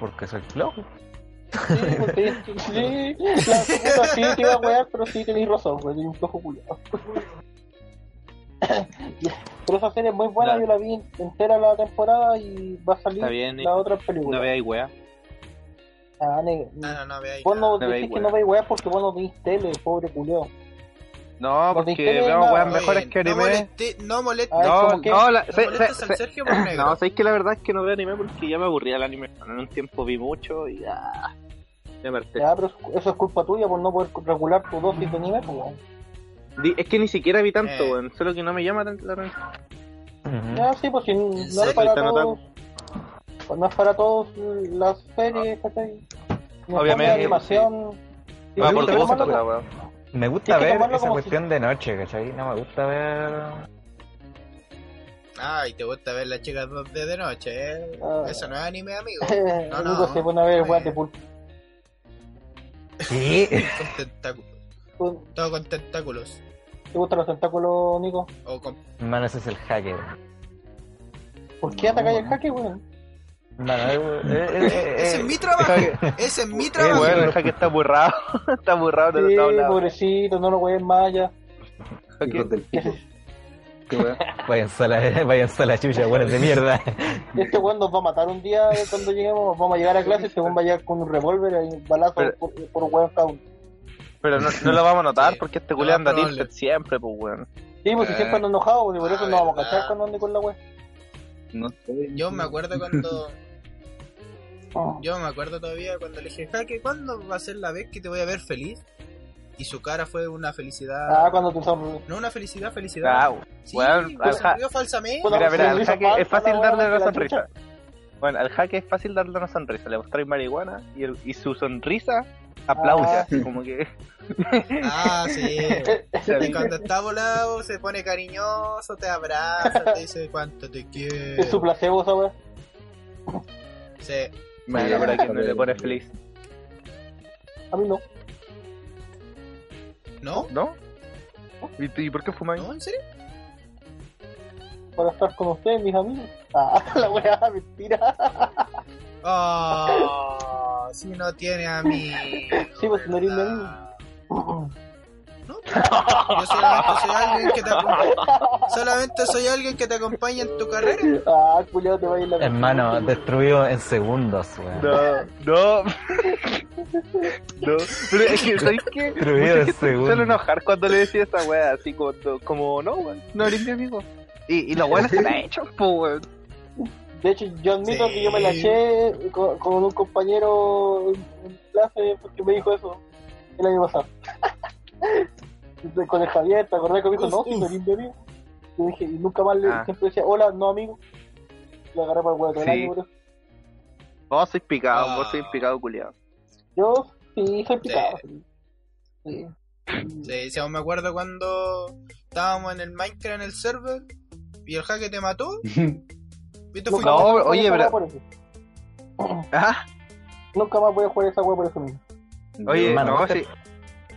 Porque soy flojo.
Sí, porque sí, la puta sí te iba a wear, pero sí tenéis razón, weón, soy un flojo culiado. Pero esa serie es muy buena,
No.
yo la vi entera la temporada y va a salir
Está bien, ¿eh?
la otra película.
No veáis, weá.
Ah, ne-
No, no, no, veáis.
Vos no
No veis
decís que
weá.
no veis weas porque vos no veis tele, pobre culiao.
No,
Porque
porque
ustedes
veo
no-
weas
Oye,
mejores que
No
anime.
molestes, no molestes,
A ver,
No,
¿cómo que?
no, la-
no
se-
molestes
se-
al Sergio por negro.
No, sabéis que la verdad es que no veo anime porque ya me aburría el anime. En un tiempo vi mucho y ya. Ya me harté.
Ya, pero eso- eso es culpa tuya por no poder regular tu dosis de nivel, weón.
Di- Es que ni siquiera vi tanto,
Eh.
weón. Solo que no me llama tanto la atención.
Mm.
Ya, sí, pues si no no es
serio?
para
Está
todos. No es para todos las series, ¿cachai? En el
Obviamente,
fondo, la animación. Sí,
Va
sí,
por
pero
gusto,
tomarlo
la
como-
weón.
Me gusta
Tienes que
ver
tomarlo
esa
como
cuestión de noche, ¿cachai? No me gusta ver.
Ay, te gusta ver las chicas 2D de noche, ¿eh?
Ah.
Eso no es anime, amigo.
El
No,
Nico
no.
se pone a ver
Oye.
weas de pulpo.
Sí.
Con tentáculos.
¿Te
Todo con tentáculos.
gustan los tentáculos, Nico?
O con...
Mano, ese es el hacker.
¿Por qué atacáis el jaque, weón?
Mano, eh, eh, eh, eh,
Ese es mi trabajo. Ese es mi
Eh,
trabajo.
weón, el hacker está burrado. está burrado, no
Sí,
está hablando.
pobrecito, no lo ween más ya.
Hijos del pico. Qué weón.
Váyanse a la, eh, váyanse a la chucha, buenos de mierda.
Este weón nos va a matar un día eh, cuando lleguemos. Vamos a llegar a clase, este weón va a llegar con un revólver y un balazo
Pero-
por, por weón count.
Pero no, no lo vamos a notar
Sí.
porque este
No,
culiao anda
probable.
tilted siempre, pues weón.
Sí, pues si
Eh,
siempre ando enojado, y por
la
eso no vamos a
verdad.
cachar cuando ande con la wea.
No sé.
Yo me acuerdo cuando... Yo me acuerdo todavía cuando le dije, Jaque, ¿cuándo va a ser la vez que te voy a ver feliz? Y su cara fue una felicidad...
Ah, cuando te sonríes.
No una felicidad, felicidad.
Ah,
sí,
weón,
pues,
ajá.
sonrió falsamente.
Puta,
mira, mira, al
sonrisa
jaque
falsa,
es fácil
la
darle
weá,
una
la
sonrisa. Bueno, al jaque es fácil darle una sonrisa. Le mostráis marihuana y, el- y su sonrisa aplaude.
Ah.
así como que.
Ah, sí. Y
Ese
cuando está volado se pone cariñoso, te abraza, te dice cuánto te quiero.
Es su placebo esa wea.
Sí.
Bueno, para quien no le pone feliz.
A mí no.
¿No?
¿No? ¿Y, tú- y por qué fumáis?
¿No? ¿En serio?
Para estar con ustedes, mis amigos. Ah, la wea, mentira.
Oh, si no tiene amigos.
Sí, pues, no eres mi amigo.
¿verdad? No, pues, yo solamente soy alguien que te acompaña. Solamente soy alguien que te acompaña en tu carrera.
Ah, culiado, te va a ir la
Hermano, destruido en segundos, weón.
No, no. no. Pero es que, ¿sabéis qué?
Destruido en
Se suele
segundos.
enojar cuando le decía esa wea, así cuando, como, no, weón, no eres mi amigo. Y, y los weones se la han hecho, po, weón.
De hecho, yo admito
Sí.
que yo me la eché eh, con, con un compañero en clase porque me dijo eso el año pasado. Entonces, con el Javier, ¿te acordás que me dijo,
Uf,
no, si
uf.
no eres mi amigo? Yo dije, y nunca más le
Ah.
siempre decía, hola, no amigo. Lo agarré para el huevo del
Sí.
año, bro.
Vos sois picado, vos
Ah.
sois picado, culiado.
Yo sí soy picado. Sí.
Sí, sí, aún me acuerdo cuando estábamos en el Minecraft en el server y el hacker te mató. Y tú fuiste-
Nunca más voy a jugar
oye,
esa
pero-
hueá por eso.
Ah,
Nunca más voy a jugar esa hueá por eso mismo.
oye,
Mano,
no,
what the
sí.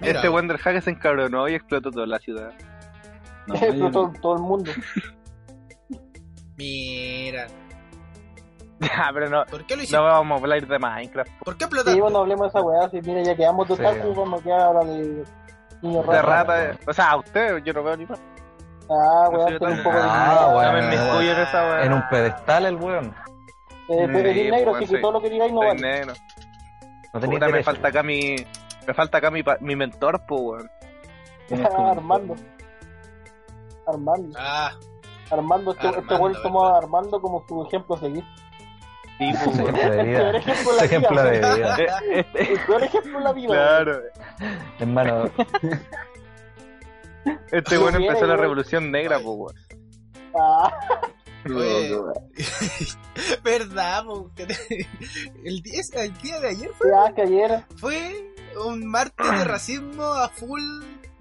Mira.
Este weón del hacker se encabronó y explotó toda la ciudad.
No,
Pero
yo-
todo, todo el mundo.
Mira,
Ah, pero no,
¿por qué lo hiciste?
no vamos a hablar de Minecraft.
¿Por
Sí,
qué explotaste?
bueno, hablemos de esa weá. Si mira, ya quedamos de
Sí.
otaku, vamos a quedar ahora de niño
De
Rata,
rata,
weón.
eh. o sea, a usted yo no veo ni más.
Ah,
No
weón,
soy
tiene un
otaku.
poco de
Ah,
dignidad.
weón.
No me inmiscuyo en esa
En
weón.
un pedestal el weón.
Eh, pero
Sí,
eres negro,
pues,
así que
sí.
todo lo que digáis no
Soy
vale.
negro.
No tenía
Puta, me
derecho.
falta acá mi. Me falta acá mi, pa- mi mentor, po, weón.
tienes tu-
Ah, Armando. Armando.
Ah,
Armando, este, este
Armando,
weón tomó a Armando como su ejemplo a seguir.
Sí, po,
Ese
weón.
Ejemplo de
El peor
vida.
ejemplo en
Ese
la
Ejemplo
vida.
de vida.
Eh, este-
El peor ejemplo en la vida.
claro.
Hermano,
Este
Lo
weón
quiere,
empezó la
weón.
revolución negra, po, weón.
weón. Ah,
Oye. verdad, po, que te- el, día, el día de ayer
ya que ayer.
fue un martes de racismo a full,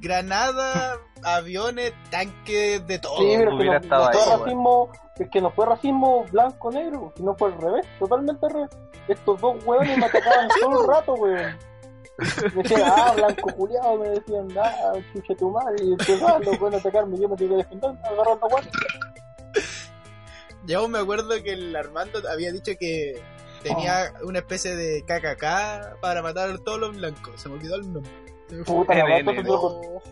granada, aviones, tanques, de todo.
Sí, pero que
hubiera
no,
estado
no
ahí,
fue
weón.
racismo, es que no fue racismo blanco-negro, sino fue al revés, totalmente al revés. Estos dos hueones me atacaban todo el rato, weón. Me decían, ah, blanco juliado, me decían, ah, chucha tu madre, y empezaban los pueden atacarme, yo me tenía que defender, agarrando guantes.
Yo aún me acuerdo que el Armando había dicho que tenía una especie de KKK para matar a todos los blancos. Se me olvidó el nombre. Se me fue.
Puta, la weá,
NN,
entonces lo-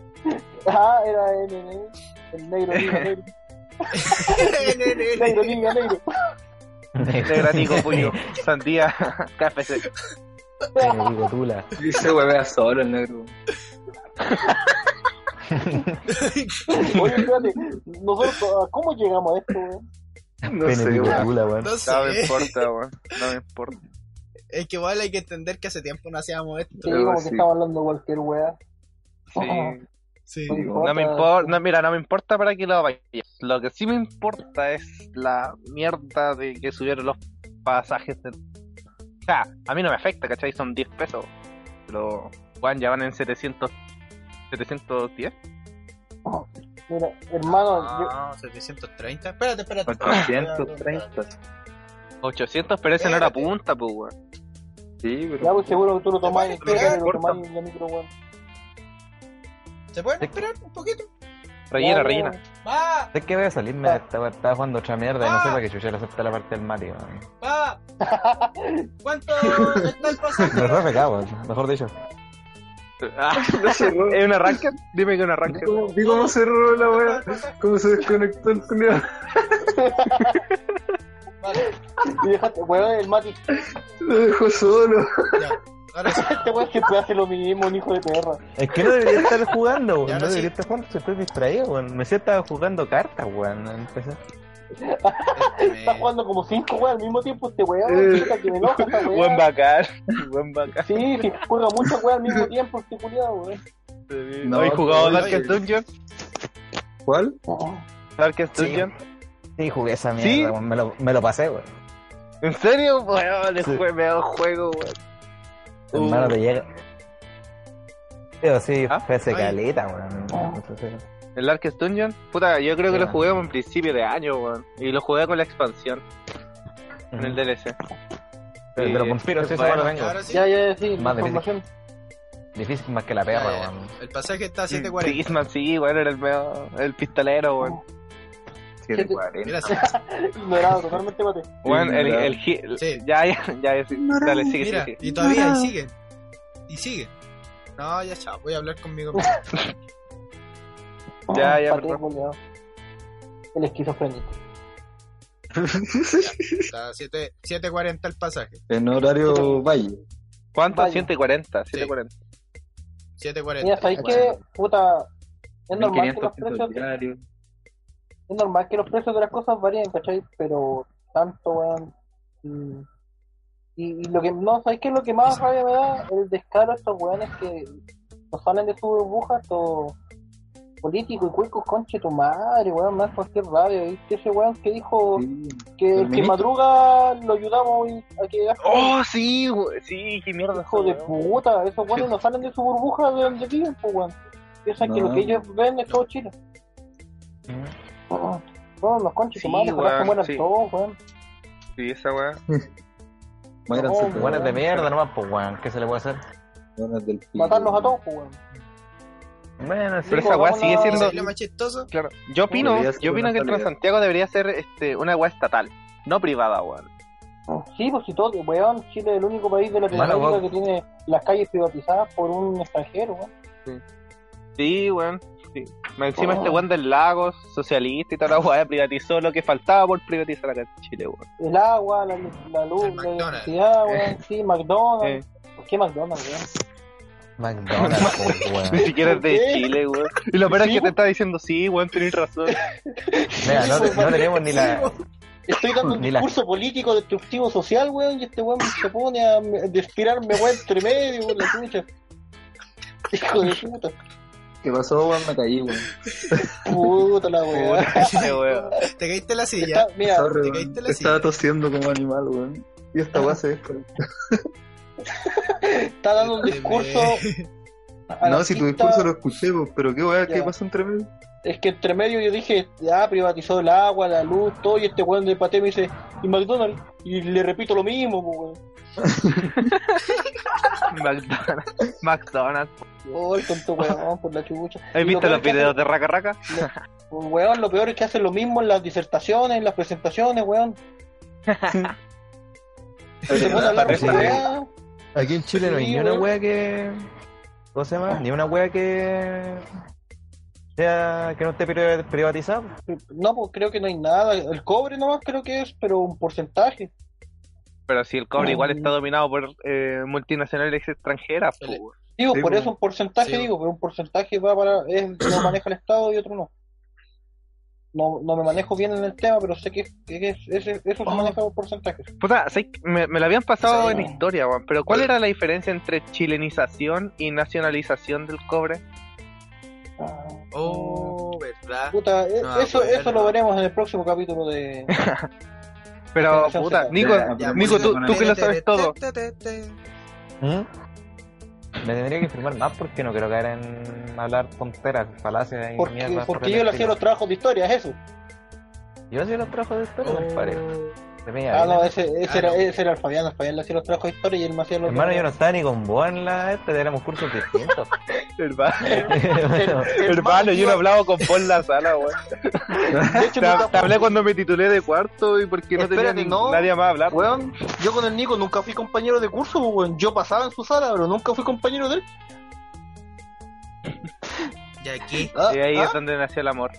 Ah, era NN, el negro, niño, negro, negro, niño, negro.
Negra, Nico, puño. Sandía, KFC.
me digo tula.
Ese huevea solo el negro.
Oye, espérate, nosotros, ah, ¿cómo llegamos a esto, weón?
No
Pene digo
weón.
tula, weón.
No
No me
sé.
importa, weón. No me importa.
Es que igual hay que entender que hace tiempo no hacíamos
Sí,
esto.
Algo
como que
así.
estaba hablando cualquier weá.
Sí.
Sí.
No me importa. No, mira, no me importa para que lo vaya. Lo que sí me importa es la mierda de que subieron los pasajes del O sea, a mí no me afecta, ¿cachai? Son 10 pesos. Pero, Juan, ya van en 700. 710.
Mira, hermano, yo-
No, 730. Espérate, espérate. espérate.
830.
800, pero ese no era
Espérate.
punta, pues, weón.
Sí,
ya
pero.
pues seguro que tú lo tomás en
Pero,
coca y lo
corta.
tomás en la micro, weón.
¿Se pueden esperar un poquito?
Rellena,
Ya,
rellena.
¡Va!
Es que voy a salirme de esta weá, estaba jugando otra mierda y no
Ah.
sé para qué chucha le acepta la parte del Mario. weón.
¡Va! ¿Cuánto estáis
Me
pasando?
re pegado, mejor dicho.
Ah,
No cerró.
¿Es un arranque? Dime que es un arranque.
¿Cómo, vi cómo cerró la wea? ¿Cómo se desconectó el culiao?
Vale,
Y dejaste, weón, el Mati,
Lo dejó solo.
ya. Ahora sí.
este weón siempre hace lo mismo, un hijo de perra.
Es que no debería estar jugando,
Ya,
weón.
ahora
No
sí.
debería estar jugando, si estoy distraído, weón. Me siento jugando cartas, weón. Empecé.
este,
Está jugando como cinco weón al mismo tiempo este
Eh.
weón, puta, que me enoja esta weá.
Buen bacán. Buen bacán.
Sí, sí, juega muchas weas al mismo tiempo este culiado, weón.
No,
No, ¿Has jugado
oye,
Darkest Dungeon?
¿Cuál?
Darkest Dungeon.
Sí, jugué esa mierda,
¿Sí?
weón. Me lo, me lo pasé, weón.
¿En serio? Weón, es
Sí.
jue- mejor juego, weón. Uh.
Hermano, te llega. Pero sí,
¿Ah? Oh.
fue hace
Ay.
caleta, weón. Entonces, eh,
El Darkest Dungeon, puta, yo creo que
Sí.
lo jugué en principio de año, weón. Y lo jugué con la expansión, con el DLC.
Pero
Sí,
te lo conspiro,
es
sí, eso me lo
bueno.
vengo.
Ahora sí.
Ya, ya, sí,
Más de
información.
Difícil más que la perra, weón.
El pasaje está a
Sí,
740.
man, sí, weón, era el meo, el pistolero, weón.
Mira,
740.
sí.
Ignorado totalmente, Mati.
Weón, el,
verdad.
el, gi- el-
Sí.
Ya, ya, ya, sí. dale, sigue, sigue,
Mira,
sigue.
y todavía y siguen. Y siguen. No, ya chao, voy a hablar conmigo mismo.
Ya, ya,
Paté,
perdón.
culiao. El esquizofrénico.
Está a 7 740 el pasaje.
En horario valle.
¿Cuánto?
Vaya.
140, 140.
Mira,
740.
¿sabéis qué? Puta, es normal que
1500
los
pesos
precios
diarios.
es normal que los precios de las cosas varíen, ¿cachai? Pero tanto, weón. mm, Y, y lo que no, ¿sabes qué? Lo que más rabia me da el descaro de estos weones que nos salen de su burbuja, estos políticos y cuicos, conche tu madre, weón, más cualquier rabia. ¿Viste ese weón que dijo
Sí.
que el que
ministro.
madruga lo ayudamos y a que gaste?
¡Oh, sí, weón! Sí, qué mierda.
Hijo de puta, esos weones no salen de su burbuja de donde viven, pues weón. Piensan que
No.
lo que ellos ven es todo Chile. Oh, oh, los conches,
Mm. Sí,
tu madre, ojalá se
weón,
mueran
sí.
todos, weón.
Sí, esa weón.
Muéranse
Oh,
todos.
Buenas de mierda nomás, pues, weón. ¿Qué se le puede hacer?
Buenas del pico.
matarlos a todos, pues, weón.
Bueno, sí.
Pero esa weá
vamos
sigue
a-
siendo.
¿Sabéis lo más chistoso?
Claro. Yo opino,
Debería ser
yo opino
una
que
salida.
Transantiago debería ser este, una weá estatal, no privada, weón. Oh.
Sí, pues si todo, weón, Chile es el único país de Latinoamérica
Mano, vos-
que tiene las calles privatizadas por un extranjero, weón.
Sí, weón. Sí. Más Encima este weón del lago, socialista y toda la weá, privatizó lo que faltaba por privatizar acá en Chile, weón.
El agua, la, luz- la luz,
El
la
McDonald's.
electricidad, weón, sí,
Eh,
McDonald's. ¿Por qué McDonald's, weón?
McDonald's, pues,
ni
weón.
siquiera es de
¿Qué?
Chile, weón. Y lo peor es
Sí,
que te
weón.
está diciendo, sí, weón, tenés razón.
Mira, no, no tenemos ni la.
Estoy dando un
Ni la-
discurso político destructivo social, weón, y este weón se pone a me- despirarme, weón, entre medio, weón, la chucha. Hijo de puta.
¿Qué pasó, weón? Me caí, weón.
Puta la weón.
Puta, weón.
Te caíste en la silla.
Está- Mira,
Sorry,
te
weón.
caíste la
Estaba
silla.
tosiendo como animal, weón. Y esta weá se desconectó.
está dando un discurso.
No, si tu
anarquista.
discurso lo escuché, weón, pero qué weá, qué
Ya.
pasó entre medio.
Es que entre medio yo dije, ah, privatizó el agua, la luz, todo, y este weón de paté me dice, y McDonald's, y le repito lo mismo, po, weón.
McDonald's. McDonald's.
Oh, el tonto weón, por la chucha. Y
¿Has
lo
visto
peor
los
es que
videos de Raka Raka?
hace- Weón, lo peor es que hacen lo mismo en las disertaciones, en las presentaciones, weón. Se pone a hablar
Parece
de
que-
weá.
Aquí en Chile no hay
Sí,
ni una
weón.
wea que. ¿Cómo se llama? Ni una wea que. sea. que no esté pri- privatizada.
No, pues creo que no hay nada. El cobre nomás creo que es, pero un porcentaje.
Pero si el cobre igual está dominado por eh, multinacionales extranjeras, po, weón.
Digo,
Sí,
por
po.
eso un porcentaje,
Sí, po.
digo, pero un porcentaje va para. Es, lo maneja el Estado y otro no. No, no me manejo bien en el tema, pero sé que, que es- ese- eso se maneja por porcentajes.
Puta, ¿sabes qué? me, me lo habían pasado
Sí.
en historia, weón, pero ¿cuál era la diferencia entre chilenización y nacionalización del cobre?
Ah,
Oh, ¿verdad?
Puta, eh,
No,
eso,
bueno.
eso lo veremos en el próximo capítulo de.
Pero,
Chao,
puta,
chao.
Nico,
Ya, ya,
Nico, tú,
bueno,
tú que lo sabes todo.
Te, te, te, te.
¿Mm? Me tendría que informar más porque no quiero caer en hablar tonteras, falacias y
Porque,
mierda.
porque yo le hacía los trabajos de historia, es eso.
Yo hacía los trabajos de historia, compadre. De mi
Oh. Ah, no,
vida.
ese, ese,
Ah,
era,
no.
ese era el Fabián. El Fabián le hacía los trabajos de historia y él me hacía los.
Hermano, yo no estaba ni con vos en la este, éramos cursos distintos. Bueno,
Hermano, yo no he hablado con Paul en la sala, weón.
De hecho,
Te,
nunca
te hablé cuando me titulé de cuarto y porque no tenía
Espérate,
ni-
no.
nadie más a hablar.
Weón, yo con el Nico nunca fui compañero de curso, pues, weón. Yo pasaba en su sala, pero nunca fui compañero de él.
Y aquí.
Ah,
Y ahí
ah,
es donde nació el amor.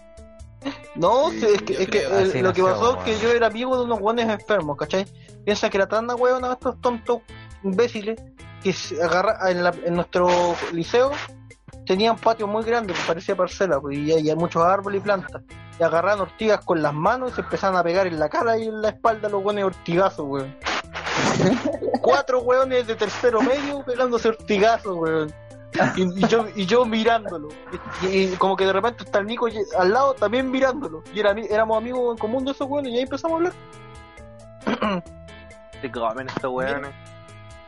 No,
Sí,
sí, es que, es
yo
que
creo.
el-
Así
lo que
nació,
pasó es que
weón.
yo era amigo de unos guanes enfermos, ¿cachai? Piensa que era tan weón a estos tontos imbéciles que se agarra en, la- en nuestro liceo tenían patios muy grandes, que parecía parcela, pues, y hay muchos árboles y plantas. Y agarraban ortigas con las manos y se empezaban a pegar en la cara y en la espalda los guanes ortigazos, weón. Cuatro weones de tercero medio pegándose ortigazos, weón. Y, y yo, y yo mirándolo. Y, y como que de repente está el Nico y- al lado también mirándolo. Y era, ami- éramos amigos en común de esos weones y ahí empezamos a hablar.
Se comen estos weones.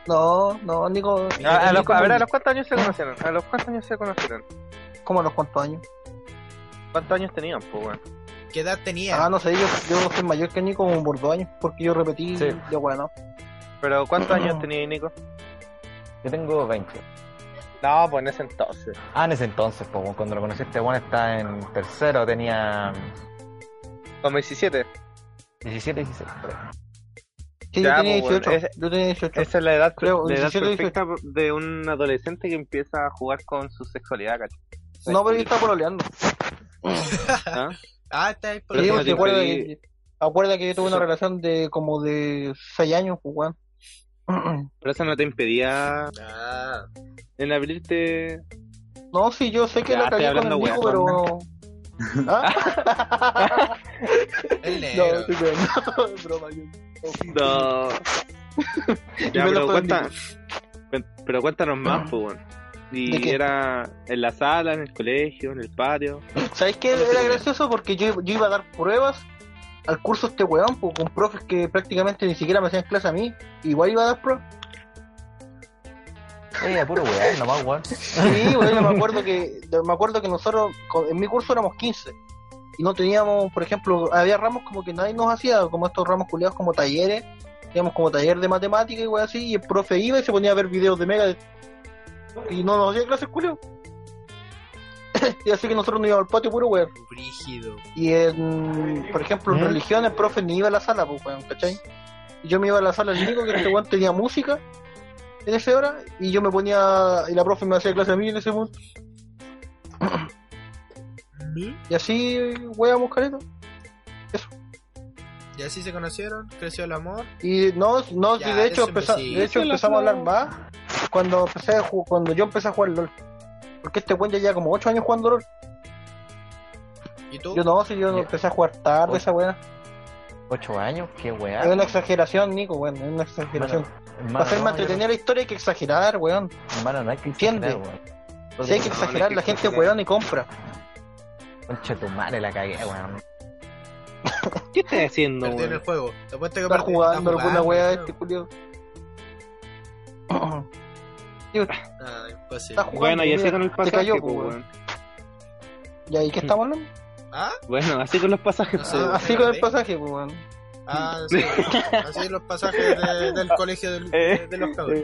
No, no, Nico.
Ah, A, a los-
Nico-
a ver, ¿a los cuántos años se conocieron? ¿A los cuántos años se conocieron?
¿Cómo a los cuantos años?
¿Cuántos años tenían, pues, weón?
¿Qué edad tenía?
Ah, no sé, yo, yo soy mayor que Nico como por dos años porque yo repetí
Sí.
de bueno.
Pero, ¿cuántos años tenía Nico?
yo tengo 20.
No, pues en ese entonces.
Ah, en ese entonces, como cuando lo conocí, este bueno está en tercero, tenía
Como 17.
17, 16. por ahí.
Sí,
Ya,
yo
pues,
tenía
bueno,
18.
ese-
Yo tenía 18.
Esa es la edad,
Creo,
la edad
17,
perfecta de un adolescente que empieza a jugar con su sexualidad, ¿cachai?
no, pero yo estaba pololeando.
¿Ah?
Ah, está ahí por
Pero eso
Sí,
ahí.
no
porque
te
acuerda
impedí-
que, acuerda que yo tuve una
Eso-
relación de como de 6 años, pues, weón.
Pero eso no te impedía
Ah,
en abrirte.
No, sí, yo sé que
Ya,
la
estoy
cagué con el
hablando
Nico, pero... ¿Ah?
el
No,
negro.
sí, weón. Broma, yo-
No. ya, pero,
me lo fue el
cuenta- cuen- pero cuéntanos más, pues, weón.
¿De
Y
qué?
era en la sala, en el colegio, en el patio.
¿Sabes qué? Era gracioso porque yo, yo iba a dar pruebas al curso este weón, pues, con profes que prácticamente ni siquiera me hacían clase a mí. Igual iba a dar pruebas.
Ey, a puro weón, nomás weón.
Sí, weón, me acuerdo que, me acuerdo que nosotros, con- en mi curso éramos 15. Y no teníamos, por ejemplo, había ramos como que nadie nos hacía, como estos ramos culiados como talleres. Teníamos como taller de matemática y weón así. Y el profe iba y se ponía a ver videos de Mega. Y no nos hacía clases culiados. y así que nosotros nos íbamos al patio puro weón.
Brígido.
Y en, por ejemplo, en
¿Mm?
religión el profe ni iba a la sala, pues, weón, ¿cachai? Y yo me iba a la sala, el único que este weón tenía música en esa hora, y yo me ponía, y la profe me hacía clase a mí en ese momento.
¿Mm?
Y así, weón, buscarito.
Y así se conocieron, creció el amor.
Y no, no,
Ya,
y de hecho,
eso
empeza-
sí.
de hecho empezamos a hablar más cuando empecé a ju- cuando yo empecé a jugar LOL. Porque este weón ya lleva como 8 años jugando LOL.
¿Y tú?
Yo no, si yo no empecé a jugar
Oh,
tarde esa weá.
¿Ocho años? ¿Qué weá?
Es una exageración, Nico, weón, es una exageración. Para hacer más
no, yo
entretenida la historia hay que exagerar, weón.
no- Hermano, no hay que
Entiende.
exagerar, weón.
Si hay que
Porque-
exagerar, la gente weón y compra.
Concha tu madre, la cagué,
Oh,
weón.
¿Qué estás haciendo,
Perdió en el
weón?
juego. Te apuesto que
Está
perdió,
jugando alguna weá
jugando.
este culio.
Ah, imposible.
Está jugando.
Bueno, y así
mira,
con el
te
pasaje,
cayó,
pues,
pues,
weón.
¿Y ahí qué estamos hablando? Ah,
¿Ah?
Bueno, así con los pasajes,
No
pues,
sé.
weón.
Así con el pasaje, pues, weón.
Ah, sí. Así los pasajes de-
Ah,
del colegio del-
eh,
de, de los cabros.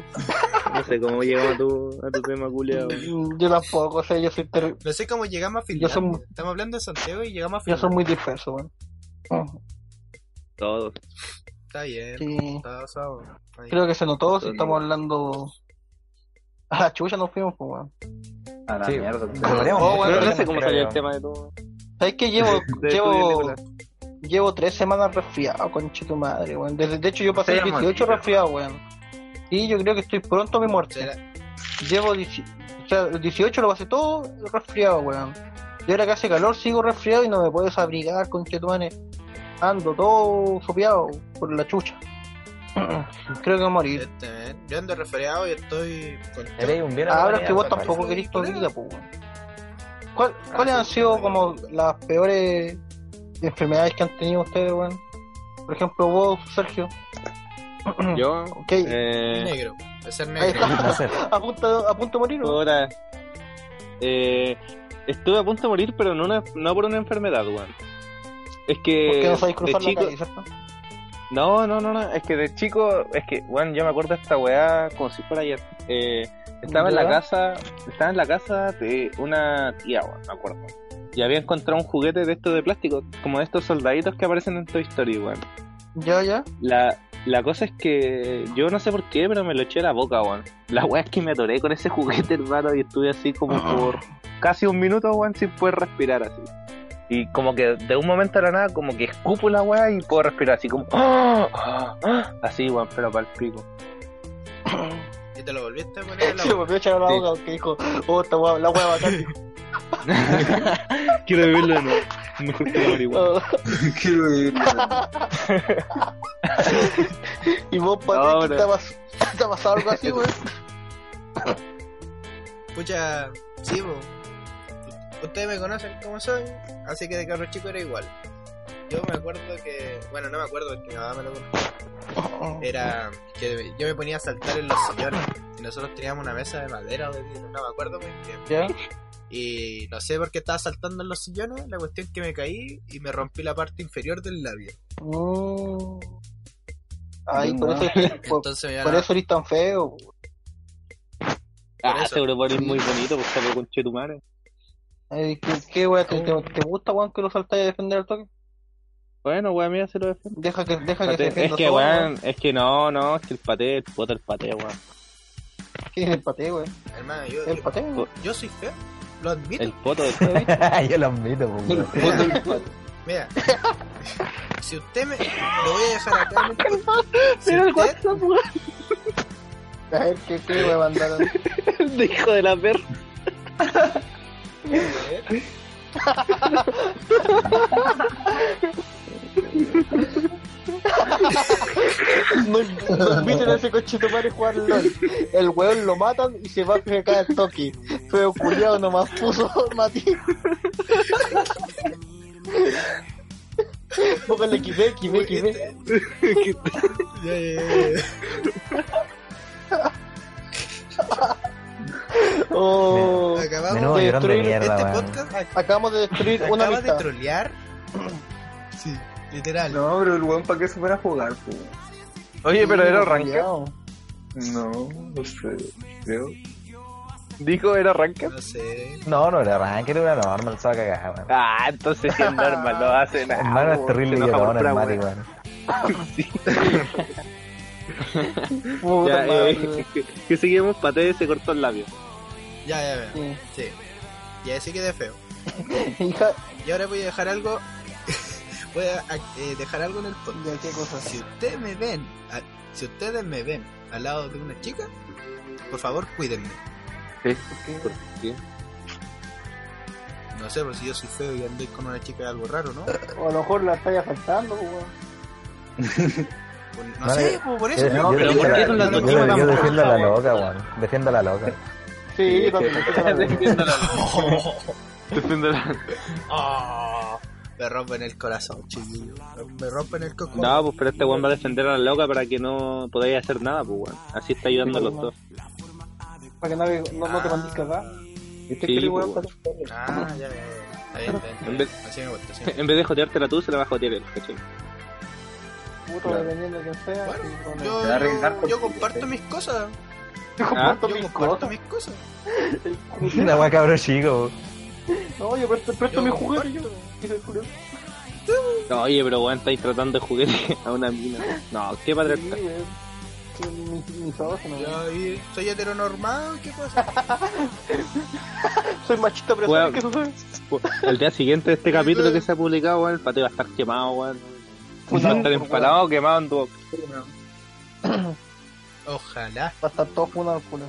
No sé cómo llegamos a tu, a tu tema, culiao.
Mm, Yo tampoco, o sea, yo soy, terri-
No sé cómo llegamos a
Yo
Finlandia.
soy mu-
Estamos hablando de Santiago y llegamos a
yo
Finlandia.
soy muy disperso, weón. Oh.
Todos.
Está bien.
Sí.
Está basado. Ahí.
Creo que se notó si estamos hablando. A la chucha nos fuimos, pues, weón.
A la
Sí.
mierda.
Deberíamos-
Oh, weón,
No, no
Pero
sé cómo salió el
creo.
tema de todo.
¿Sabes qué? Llevo.
De estudio,
llevo.
Nicolás.
Llevo tres semanas resfriado, conche tu madre, weón. Desde- De hecho, yo pasé
Se
el
llama
18
Nicolás.
resfriado, weón. Y yo creo que estoy pronto a mi muerte.
Será-
Llevo 18, o sea, el 18 lo pasé todo resfriado, weón. Y ahora que hace calor sigo resfriado y no me puedo desabrigar, conchetuanes. Ando todo sopeado por la chucha. Creo que voy a morir.
Este, man. Yo ando resfriado y estoy con
Eres un bien
Ah, Ahora
apañado,
que vos
hermano.
tampoco querés tu vida, pues, weón. ¿Cuál- ¿Cuáles han sido como las peores enfermedades que han tenido ustedes, weón? Por ejemplo, vos, Sergio.
Yo,
Ok,
eh,
Negro. De ser
ahí
negro.
está.
Placer.
A punto, a punto de morir. ¿no?
puta, eh, estuve a punto de morir, pero no, una- no por una enfermedad, weón. Es que.
Porque no
Eh, de
sabéis cruzar la
chico-
calle, ¿cierto?
No, no, no, no, es que de chico, es que, bueno, yo me acuerdo de esta weá como si fuera ayer. Eh, estaba en
Ya.
la casa, estaba en la casa de una tía, weón, me acuerdo. Y había encontrado un juguete de estos de plástico, como de estos soldaditos que aparecen en Toy Story, weón.
Ya, ya.
La, la cosa es que yo no sé por qué, pero me lo eché a la boca, weón. La weá es que me atoré con ese juguete, hermano, y estuve así como por casi un minuto, weón, sin poder respirar así. Y como que de un momento a la nada, como que escupo la weá y puedo respirar así como... ¡Ah! ¡Ah! ¡Ah! Así, weón, pero para el pico.
Y te lo volviste a poner en la
Se
boca.
volvió a echar a la
Sí.
boca porque dijo, oh, esta hueá, la hueá bacán.
Quiero vivirlo de nuevo. Mejor que la marihuana.
Oh,
Quiero vivirlo.
y vos,
No,
Patrick,
bro.
¿te ha pas- te ha pasado algo así, güey?
Pucha, sí, po. Ustedes me conocen como soy, así que de carro chico era igual. Yo me acuerdo que, bueno, no me acuerdo porque mi mamá me lo contó.
Oh,
Era que yo me ponía a saltar en los sillones y nosotros teníamos una mesa de madera o de vidrio, no me acuerdo muy bien.
¿Ya?
Eh.
Y no sé por qué estaba saltando en los sillones, la cuestión que me caí y me rompí la parte inferior del labio.
Mm. Ay, por eso, por,
Entonces me iban
por
a-
eso eres tan feo. güey.
Ah,
eso.
seguro por ir muy bonito, pues salió con chetumare.
Ay, Eh, ¿Qué, qué güey? ¿Te, te, te gusta, weón, que lo saltáis a defender al toque?
Bueno, weón, mira, se lo defiendo.
Deja que, deja que se
Paté.
defienda
Es que,
todo,
weón, es que no, no, es que el paté, el puta el paté, weón.
¿Qué es el paté, güey?
Hermano, yo,
El paté, güey.
yo soy feo, lo admito.
El poto del
Yo lo admito, pues, weón.
Mira, si usted me. Lo voy a dejar acá. en el- Si usted,
A ver, ¿qué, qué güey mandaron?
de hijo de la perra.
No, no inviten a ese cochito para jugar LOL. El weón lo matan y se va a acá el toque. Feo culiado nomás puso Mati. Póngale XD, XD, XD.
este. Ya, ya, ya, ya.
Oh,
Acabamos
Menudo
de
llorón de
destruir
de
mierda,
este
weón.
podcast. ac-
acabamos de destruir una
Acaba de
amistad.
trolear. Sí, literal.
No, pero el weón, ¿para qué se fuera a jugar? po?
Oye, pero era arranque.
Culiao.
No, no sé, creo.
Dijo era arranque.
No sé.
No, no, era arranque, era una normal, se va a cagar, weón.
Ah, entonces sí es normal, no hace nada.
Hermano, es
weón,
terrible
se enoja
llorón,
por pura
el Mati,
weá.
weón.
Puta
Ya,
madre.
eh, que seguimos paté, se cortó el labio.
Ya, ya veo. Sí. Ya sí quedé feo.
Sí. Hija,
Y ahora voy a dejar algo. voy a a- eh, dejar algo en el podcast.
ya qué cosas.
Si ustedes me ven, a- si ustedes me ven al lado de una chica, por favor cuídenme. No sé, por si yo soy feo y ando con una chica es algo raro, ¿no? Pues,
O a lo mejor la estáis afectando, weón.
Por- No,
No,
sé,
yo-
pues, por eso.
Yo, yo,
pues,
pero
defiendo
¿por
a
qué
la-
con las
yo-
dos chicas
yo
tan
defiendo a la
forzadas,
loca, weón. Defiendo a la loca.
Sí, yo también. yo también.
Ah, me rompen el corazón, chiquillo. Me rompen el coco. Ah,
No, pues pero este weón va a defender a la loca para que no podáis hacer nada, pues weón. Así está ayudando a los dos.
Para que no, no, no te mandes cagada.
Ah.
Este
Sí,
que el weón
pues,
está en serio.
Ah, ya, ya, ya. Está bien, está bien, está
En
bien. Así me gusta, así me gusta.
En vez de joteártela tú, se la va a jotear él, ¿cachai?
Puto, dependiendo de quién sea.
Bueno,
sí, con el-
Yo,
Te va a revisar
yo,
contigo,
comparto mis cosas.
Ah,
Comparto
Yo
mis
comparto
cosas.
mis cosas.
weón. La weá cabrón chico,
No, yo presto, presto
Yo
mi juguete. Yo.
comparto.
No, oye, pero weón, estáis tratando de juguete a una mina. No, qué padre.
Sí, weón. Sí, mi- mi misógino, weón.
Yo ahí soy heteronormado, ¿qué pasa?
Soy machista, pero
Weón.
¿sabes qué sucede?
Pues, El día siguiente de este capítulo que se ha publicado, weón, el paté va a estar quemado, weón. Va a estar empalado, quemado en tu
Ojalá.
Va a estar todo funado, culo.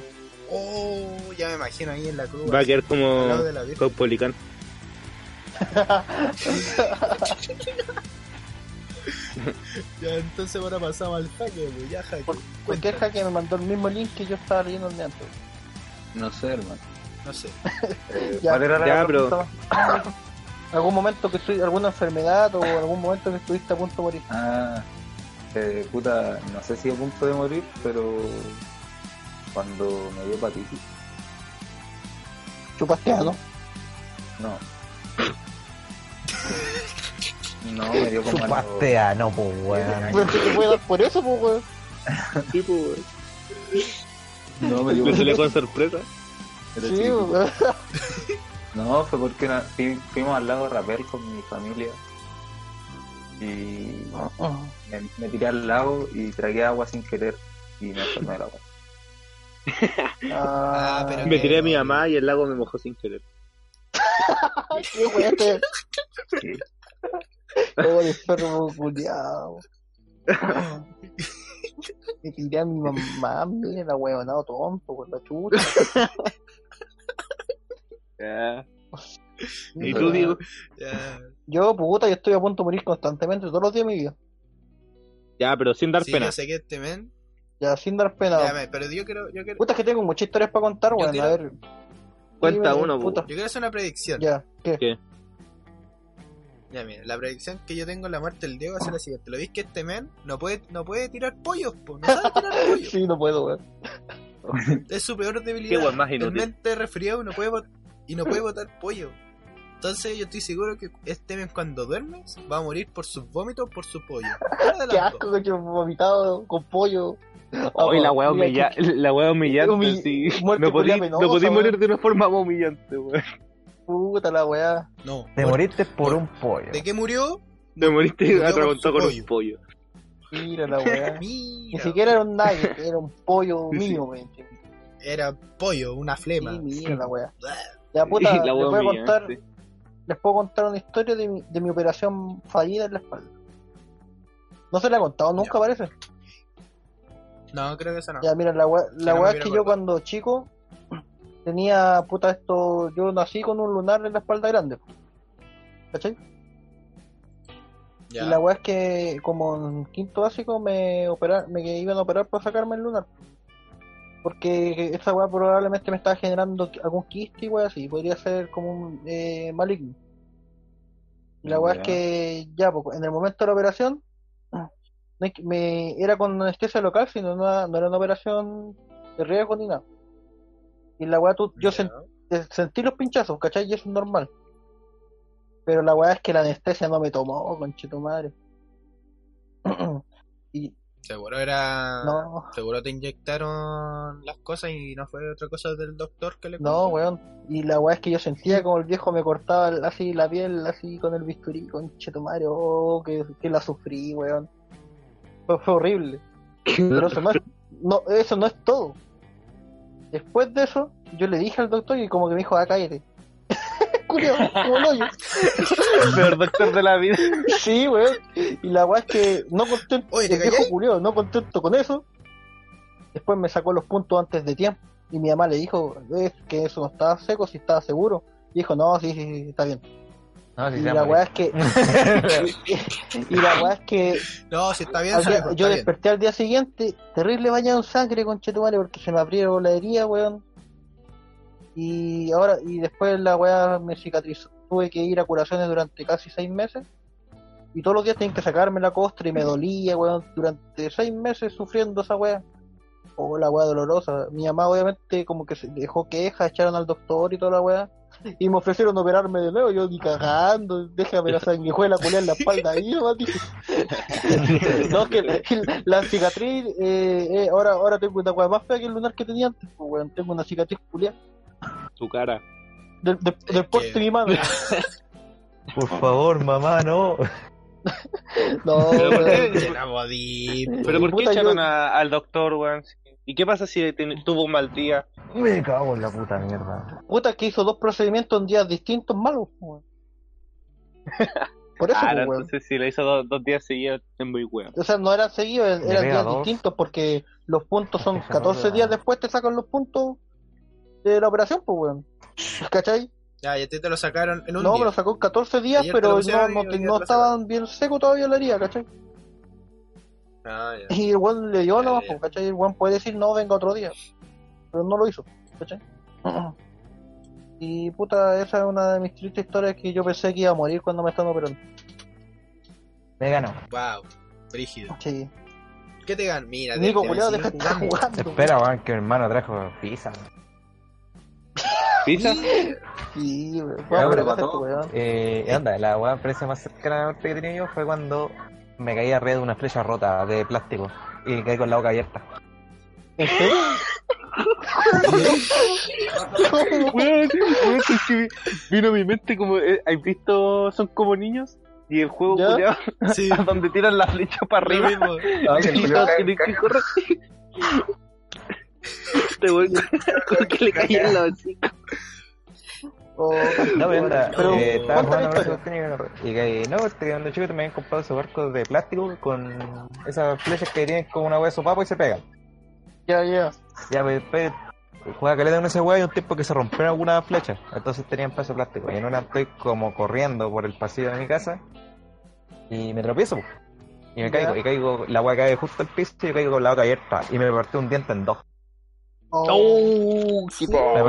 Oh, ya me imagino ahí en la cruz.
Va a quedar
al
como
lado de la Virgen.
Caupolicán.
Ya, entonces ahora pasamos al jaque, pues, ya jaque.
¿Por qué que me mandó el mismo link que yo estaba leyendo el de antes?
No sé, hermano.
No sé.
Ya,
¿Cuál era la
Ya, pero
Estaba- ¿Algún momento que estoy, alguna enfermedad o algún momento que estuviste a punto de morir?
Ah, eh, puta, no sé si a punto de morir, pero cuando me dio hepatitis,
¿Chupaste algo?
no. No, me dio como a los-
Chupaste a no, pues, weón.
Pero te puede dar por eso, pues, weón.
No, me dio como-
con sorpresa.
era
Sí,
chiquitito.
weón.
No, fue porque na- fui- fuimos al lago Rapel con mi familia y me, me tiré al lago y tragué agua sin querer y me enfermé del agua.
Ah,
Ah, pero-
Me tiré a mi mamá y el lago me mojó sin querer.
qué weón te-
Sí.
Oh, el perro culiao. Me tiré a mi mamá, mira, huevonado tonto, con la chucha.
Ah. ¿Y tú, Diego?
Ya,
Yo, puta, yo estoy a punto de morir constantemente todos los días de mi vida.
Ya, pero sin dar
sí,
pena.
yo sé que este men.
Ya, sin dar pena.
Ya, me- pero yo quiero, yo quiero,
Puta, es que tengo muchas historias para contar,
Yo
weón.
quiero-
A ver.
Cuenta
dime,
uno,
puta.
yo quiero hacer una predicción.
Ya, ¿qué?
Ya, mira, la predicción que yo tengo en la muerte del Diego es la siguiente. ¿Lo veis que este men no puede, no puede tirar pollos? po? No sabe tirar pollos.
Sí, no puedo, weón.
Es su peor
Qué
debilidad.
weón más
el
inútil.
men está resfriado y no puede bot- y no puede botar pollo. Entonces yo estoy seguro que este men cuando duermes va a morir por sus vómitos, por su pollo. Una de
Qué
las dos.
asco que vomitado con pollo.
Oh, y la weá
mira,
humilla- la weá humillante,
Humil-
sí.
muerte
No podí,
culia
no
penosa,
podí
weón.
morir de una forma más humillante, weón.
qué Puta la weá.
No.
Te
por-
moriste por un pollo.
¿De qué murió?
Te moriste
Murió por
atragantado
su
con un pollo.
Mira la weá. Ni
Mira.
siquiera era un nugget, era un pollo
Sí, sí.
mío, weón. Sí,
Era pollo, una flema.
mira la weá. Ya, puta,
Y
les
la weá
voy a contar,
humillante.
les puedo contar una historia de mi, de mi operación fallida en la espalda. No se la he contado nunca,
Ya.
parece.
No, creo que eso no.
Ya, mira, la weá, la
no me
weá es
hubiera
que yo
acordado.
cuando chico tenía, puta, esto, yo nací con un lunar en la espalda grande. ¿Cachai?
Ya.
Y la weá es que como en quinto básico me operar, me que iban a operar para sacarme el lunar. Porque esa weá probablemente me estaba generando algún quiste y weá así, podría ser como un eh, maligno. Y la weá
Ya.
es que ya, pues, en el momento de la operación, no es que me, era con anestesia local, sino no, no era una operación de riesgo ni nada. Y la weá, tú, yo
Ya.
sentí de- sentí los pinchazos, ¿cachai? Y eso es normal. Pero la weá es que la anestesia no me tomó, conchito madre. y
Seguro era.
no,
Seguro te inyectaron las cosas y no fue otra cosa del doctor que le
no,
contó.
weón. Y la weá es que yo sentía como el viejo me cortaba el- así la piel, así con el bisturí, conchito madre. Oh, que, que la sufrí, weón. Fue, fue horrible. Pero eso no, es, no, eso no es todo. Después de eso, yo le dije al doctor y como que me dijo, ah, cállate. Curio, como el hoyo.
Peor doctor de la vida.
Sí, weón. Y la weá es que no contento,
Oye, ¿te
el viejo
callai?
culiao, no contento con eso. Después me sacó los puntos antes de tiempo. Y mi mamá le dijo, es que eso no estaba seco, si estaba seguro. Y dijo, no, sí, sí, sí, está bien.
No, si
y la
se va a
weá es que,
morir.
y la weá es que
No, si está bien,
al día-
sale, pues,
yo
está bien.
desperté al día siguiente, terrible bañado en sangre, conchetumare, porque se me abrió la herida, weón. Y ahora, y después la weá me cicatrizó. Tuve que ir a curaciones durante casi seis meses. Y todos los días tenía que sacarme la costra y me dolía, weón, durante seis meses sufriendo esa weá. Oh, la weá dolorosa. Mi mamá, obviamente, como que se dejó quejas, echaron al doctor y toda la weá. Y me ofrecieron operarme de nuevo. Yo ni cagando, déjame la sanguijuela culiar en la espalda ahí, nomás, dije. No, que la, la cicatriz, eh, eh, ahora, ahora tengo una weá más fea que el lunar que tenía antes, pues, weón. Tengo una cicatriz culia
Su cara.
del, del, del porte de mi mano.
Por favor, mamá, no.
No,
Pero, ¿por qué?
weón.
Que la bodí.
Pero ¿por qué
Puta,
echaron
yo-
a- al doctor, weón? ¿Y qué pasa si ten- tuvo un mal día?
Me cago en la puta mierda.
Puta que hizo dos procedimientos en días distintos malos, pues, weón. Por eso,
Ah,
pues,
no,
weón.
entonces si le hizo dos, dos días seguidos, es muy weón.
O sea, no eran seguidos, eran
Le pega
días
dos.
distintos porque los puntos son
Esa
14
duda.
días después te sacan los puntos de la operación, pues, weón. ¿Cachai?
Ya, y a ti te lo sacaron en un
No,
día.
me lo sacó en 14 días,
Ayer te lo
pero no,
pusieron
no,
y
te-
hoy día
no
te lo sacaron.
estaban bien seco todavía la herida, ¿cachai?
Ah, ya.
Y el weón le dio
Ya,
nomás,
ya.
pues, ¿cachai? El weón puede decir, no, venga otro día. Pero no lo hizo, ¿cachai? Y puta, esa es una de mis tristes historias que yo pensé que iba a morir cuando me están operando.
Me ganó.
Wow, brígido.
Sí.
¿Qué te ganan? Mira,
Nico,
te- te
culiao,
van
deja
a
de
seguir
estar
jugando.
jugando.
Espera, weón, que mi hermano trajo pizza.
¿Pizza?
Sí, weón.
Ya,
Vamos,
pero
relájate,
mató.
weón.
Eh, y anda, la weá empresa más cercana a la muerte que tenía yo fue cuando me caí arriba de una estrella rota de plástico y caí con la boca abierta.
¿En serio?
Weón, weón, es que vi- vino a mi mente como, eh, ¿has visto? Son como niños y el juego
Ya.
culiao,
Sí,
donde tiran las flechas para
lo
arriba
mismo.
y todos tienen que correr. Este weón como que le caía en la hocica.
O-
No, pero anda,
Oh, Pero,
eh, estaba
cuéntame
jugando
la
con esa
historia.
cuestión y me agarré. y caí. No, porque cuando chico también comprado esos barcos de plástico con esas flechas que tienen con una weá de sopapo y se pegan.
Ya, ya.
Ya, pues después jugaba caleta con ese weá y un tiempo que se rompieron algunas flechas. Entonces tenían peso plástico. Y en una estoy como corriendo por el pasillo de mi casa y me tropiezo. pues. Y me
Ya.
caigo, y caigo, la weá cae justo al piso y yo caigo con la boca abierta. Y me partí un diente en dos.
Oh,
Oh,
O- Oh,
Me partí-
Puta,
pero,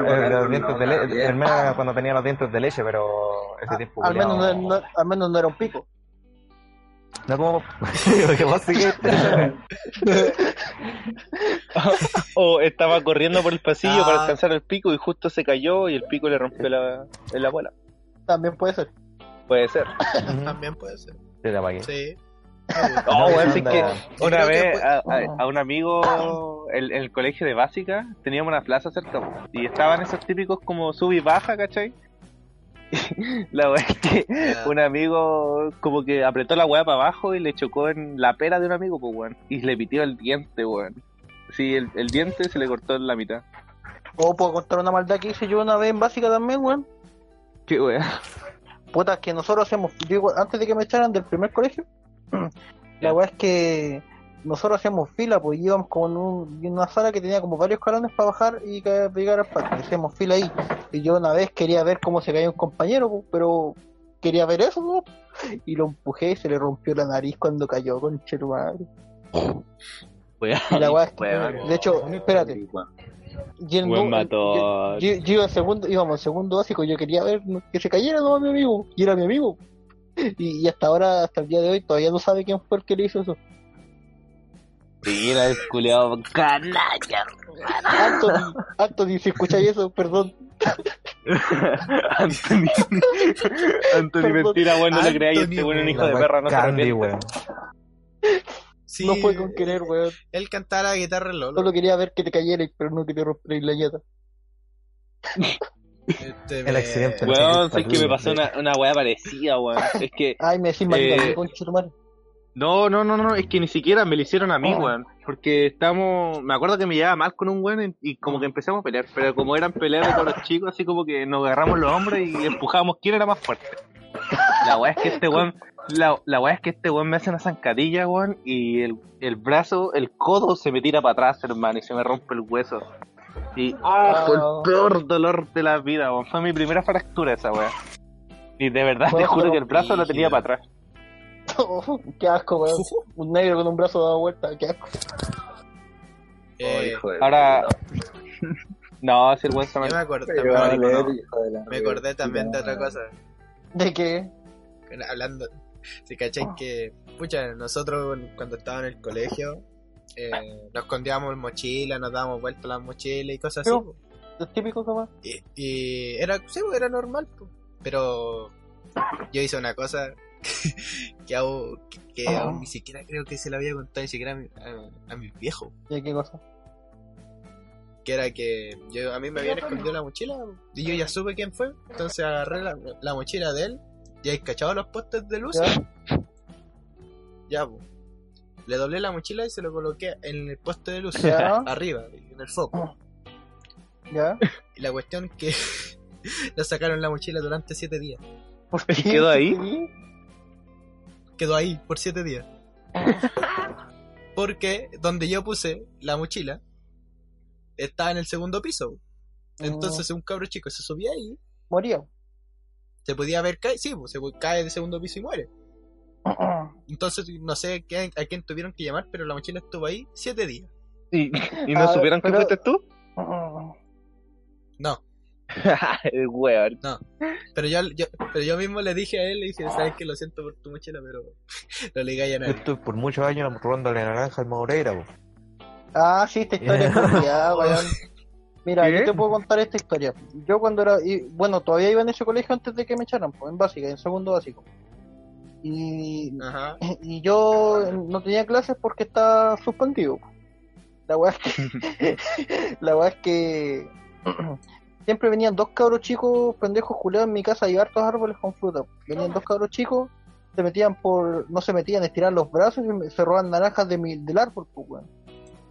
weón,
eh, los
no,
dientes de
no,
leche,
bien.
al menos cuando tenía los dientes de leche, pero ese tiempo.
Ah, al, menos no,
culiao-
no- al menos no era un pico.
No como. Porque vos sí que-
O oh, estaba corriendo por el pasillo
Ah.
para alcanzar el pico y justo se cayó y el pico le rompió la, en la bola.
También puede ser.
Puede ser.
También puede ser.
Te la pagué.
Sí. Ah,
No,
No,
Oh,
Oh,
weón, sí
anda.
que
Yo
una
creo que
vez
fue-
a, a- a un amigo en, en el colegio de básica teníamos una plaza cerca po, y estaban esos típicos como sub y baja, ¿cachai? La weá es que
Ya.
un amigo como que apretó la weá para abajo y le chocó en la pera de un amigo, pues weón. Y le pitió el diente, weón. Sí, el, el diente se le cortó en la mitad.
O puedo contar una maldad que hice yo una vez en básica también, weón.
Qué weá.
Puta, que nosotros hacíamos, digo, antes de que me echaran del primer colegio, la weá es que nosotros hacíamos fila, pues íbamos con un- una sala que tenía como varios escalones para bajar y ca- llegar al parque, hacíamos fila ahí. Y yo una vez quería ver cómo se caía un compañero, pues, pero quería ver eso, ¿no? y lo empujé y se le rompió la nariz cuando cayó con madre. Y la weá es que,
Weón.
de hecho, espérate, yendo,
Buen matón.
yo, yo iba en segundo, íbamos en segundo básico, yo quería ver que se cayera no mi amigo, y era mi amigo. Y, y hasta ahora, hasta el día de hoy, todavía no sabe quién fue el que le hizo eso.
Mira, el culiao canalla.
Anthony, Anthony, si escucháis eso, perdón.
Anthony. Anthony,
Perdón.
mentira, weón, no le creáis
Anthony,
este weón, un hijo
La
de
weá
perra, no se
Candy,
arrepiente.
weón.
Sí,
No fue con querer, weón.
Él cantaba la guitarra en Lolo.
Solo quería ver que te cayeras, pero no que te rompierais la ñata.
Este,
El accidente.
me-
Weón, sé que me pasó una, una weá parecida, weón. Es que,
Ay, me decís,
Eh,
marica, qué concha tu madre.
no, no, no, no, es que ni siquiera me lo hicieron a mí, weón. Porque estamos, me acuerdo que me llevaba mal con un weón en- y como que empezamos a pelear. Pero como eran peleas de todos los chicos, así como que nos agarramos los hombros y empujábamos quién era más fuerte. La weá es que este weón, la, la weá es que este weón me hace una zancadilla, weón, y el, el brazo, el codo se me tira para atrás, hermano, y se me rompe el hueso. Y ah, fue el peor dolor de la vida, weón. Fue mi primera fractura esa weá. Y de verdad, te
Bueno,
juro
pero
que el brazo lo tenía
brígido.
para atrás.
Oh, qué asco, weón. Un negro con un brazo dado vuelta, qué asco.
Oh,
eh,
hijo de-
Ahora. No, es el buen
yo me
samaritano.
acordé,
Pero
también-
eh.
leer, hijo de la
me acordé también de
reputa
otra
madre.
cosa.
¿De qué?
hablando, si cacháis
Oh.
que, pucha, nosotros cuando estábamos en el colegio, eh, nos escondíamos en mochila, nos dábamos vueltas las mochilas y cosas así.
Pero-
po.
¿Los típicos, nomás?
Y, y era, sí, po, era normal, po. pero yo hice una cosa que, aún, que, que aún ni siquiera creo que se la había contado ni siquiera a, mi- a- a mis viejos,
¿De qué cosa?
que era que yo, a mí me habían escondido la mochila y yo ya supe quién fue, entonces agarré la, la mochila de él y ahí cachado los postes de luz.
¿Ya?
Ya, po. Le doblé la mochila y se lo coloqué en el poste de luz.
Ya.
Arriba, en el foco.
¿Ya?
Y la cuestión que le sacaron la mochila durante siete días.
¿Por
¿Y quedó ahí?
Quedó ahí por siete días. Porque donde yo puse la mochila estaba en el segundo piso. Entonces un cabro chico se subía ahí,
Moría.
se podía ver caer, sí, pues, se cae del segundo piso y muere. Entonces no sé qué- a quién tuvieron que llamar, pero la mochila estuvo ahí siete días.
¿Y, y no
Ah,
supieron que
pero-
fuiste tú?
No,
el weón.
Pero yo, yo- pero yo mismo le dije a él, le dije, sabes que lo siento por tu mochila, pero no le digáis a
Yo
nadie.
estuve por muchos años robándole naranja al Moreira, po.
Ah, sí, esta historia es curiosidad, weón. Mira,
¿Qué?
yo te puedo contar esta historia. Yo cuando era... y, bueno, todavía iba en ese colegio antes de que me echaran, pues, en básica, en segundo básico. Y,
Ajá.
y yo no tenía clases porque estaba suspendido. La weá es que... la weá es que... Siempre venían dos cabros chicos, pendejos culeados en mi casa y hartos árboles con fruta. Venían dos cabros chicos, se metían por... No se metían, estiraban los brazos y me- se roban naranjas de mi, del árbol, pues, weón.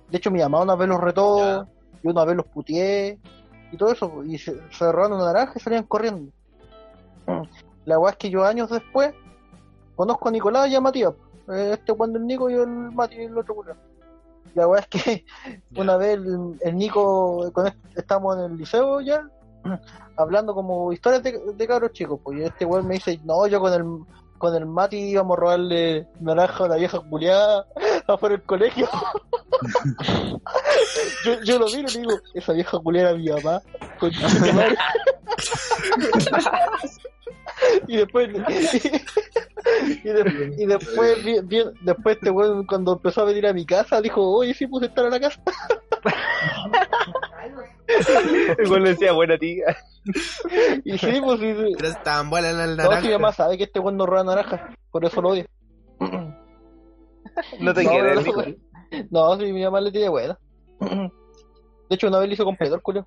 De hecho, mi mamá una vez los retó, yo una vez los puteé, y todo eso, pues, y se, se robaron una naranja y salían corriendo. La weá es que yo años después conozco a Nicolás y a Matías. Eh, Este cuando el Nico y el Mati y el otro culo. La weá es que
Ya.
una vez el, el Nico, con este- estábamos en el liceo ya, hablando como historias de, de cabros chicos, pues y este weón me dice, no, yo con el con el Mati íbamos a robarle naranja a la vieja culiada afuera del colegio. yo, yo lo miro y le digo, esa vieja culiada era mi mamá. concha de madre". y después y, de- y después vi- vi- después este weón cuando empezó a venir a mi casa dijo oye sí puse estar a la casa
El weón le decía, buena tía.
y sí pues y,
Pero estaban buenas las
no si mi mamá
naranjas.
sabe que este weón no roba naranjas por eso lo odio
No te
No,
quiere
no,
el Nico.
no si mi mamá le tiene buena de hecho una vez le hizo completo el culo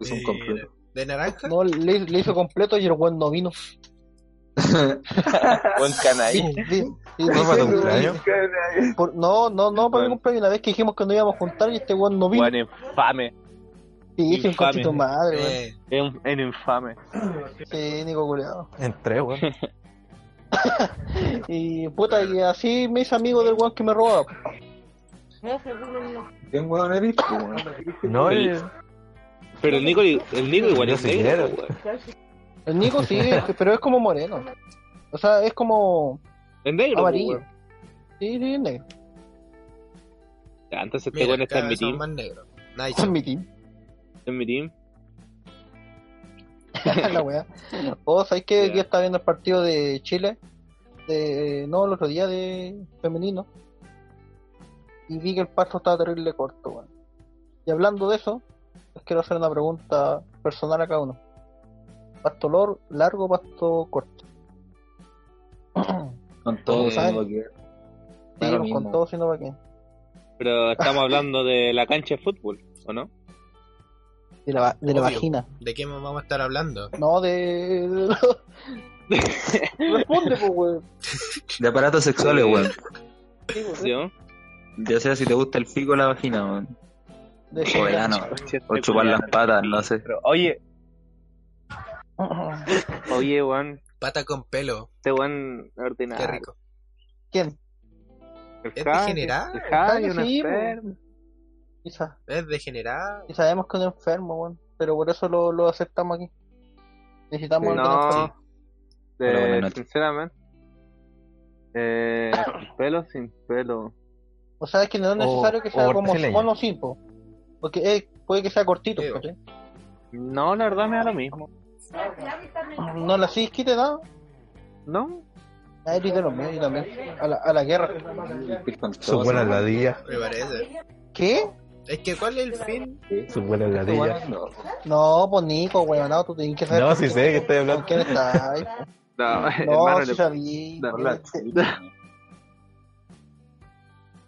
Es un
Eh,
completo.
¿De naranja?
no le, le hizo completo y el weón no vino
Buen canalla.
Sí, sí, sí,
¿No para tu
sí, sí,
cumpleaños?
por- no no no para mi cumpleaños una vez que dijimos que no íbamos a juntar y este weón no vino
Weón infame.
sí es un
infame.
cochito madre weón.
Eh,
Es un es un infame.
sí Nico culiao
Entré, weón.
Y puta, y así me hice amigo del weón que me robaba.
¿Quién weón eres? po, weón?
No,
El- Pero el Nico, el Nico igual es negro, weón.
El Nico sí, es- pero es como moreno. O sea, es como
Es negro, pues,
amarillo.
weón.
Sí, sí, es negro.
Ya, Entonces este
mira,
weón está
cada
en mi
vez son
team.
más negros.
Ese
Nice.
es mi team.
En mi team.
La weá. O sabéis que
Ya.
yo estaba viendo el partido de Chile. De, no, el otro día de femenino. Y vi que el pasto estaba terrible corto, weón. Y hablando de eso, les quiero hacer una pregunta personal a cada uno. ¿Pasto lor- largo, pasto corto?
Con todo,
¿Saben?
tengo que ver. Da lo
Sí,
mismo.
con todo, sino para qué.
Pero estamos hablando de la cancha de fútbol, ¿o no?
De la, va- de la
Obvio.
vagina.
¿De qué vamos a estar hablando?
No, de. Responde, pues, weón.
De aparatos sexuales, weón.
Sí, pues,
¿Sí, no?
Ya sea si te gusta el pico o la vagina, weón.
de-
O el ano. O
pues,
chupar las patas, no sé.
Pero, oye, oye, weón.
Pata con pelo.
Este weón es
Qué
ordinario.
rico.
¿Quién?
El
¿Es
Javi,
degenerado?
el Javi,
El
un
Javi, sí,
enfermo.
Quizás.
Es degenerado.
Y sabemos que es un enfermo, weón. Pero por eso lo, lo aceptamos aquí. Necesitamos
Sí,
a alguien enfermo.
No.
Hola,
Eh,
buenas noches.
sinceramente. Eh, sin pelo, sin pelo.
O sea, es que no es
O-
necesario que sea
o
como
brasileño.
mono sí, po. Porque eh, puede que sea cortito,
Sí,
¿cachai?
No, la verdad me da lo mismo.
No la sigues quite nada.
¿No?
A Eric de los medios también. A la, a la guerra.
Con todo,
Su buena
weón.
ladilla.
Me parece.
¿Qué?
Es que, ¿cuál es el fin?
Su buena
Su
ladilla.
buena- no.
No, pues Nico, weón. No, tú tienes que saber.
No, si sé que estoy
¿Con
hablando.
quién estás?
No,
No,
Ah, hermano,
si
le-
sabía.
No,
Hola, chica.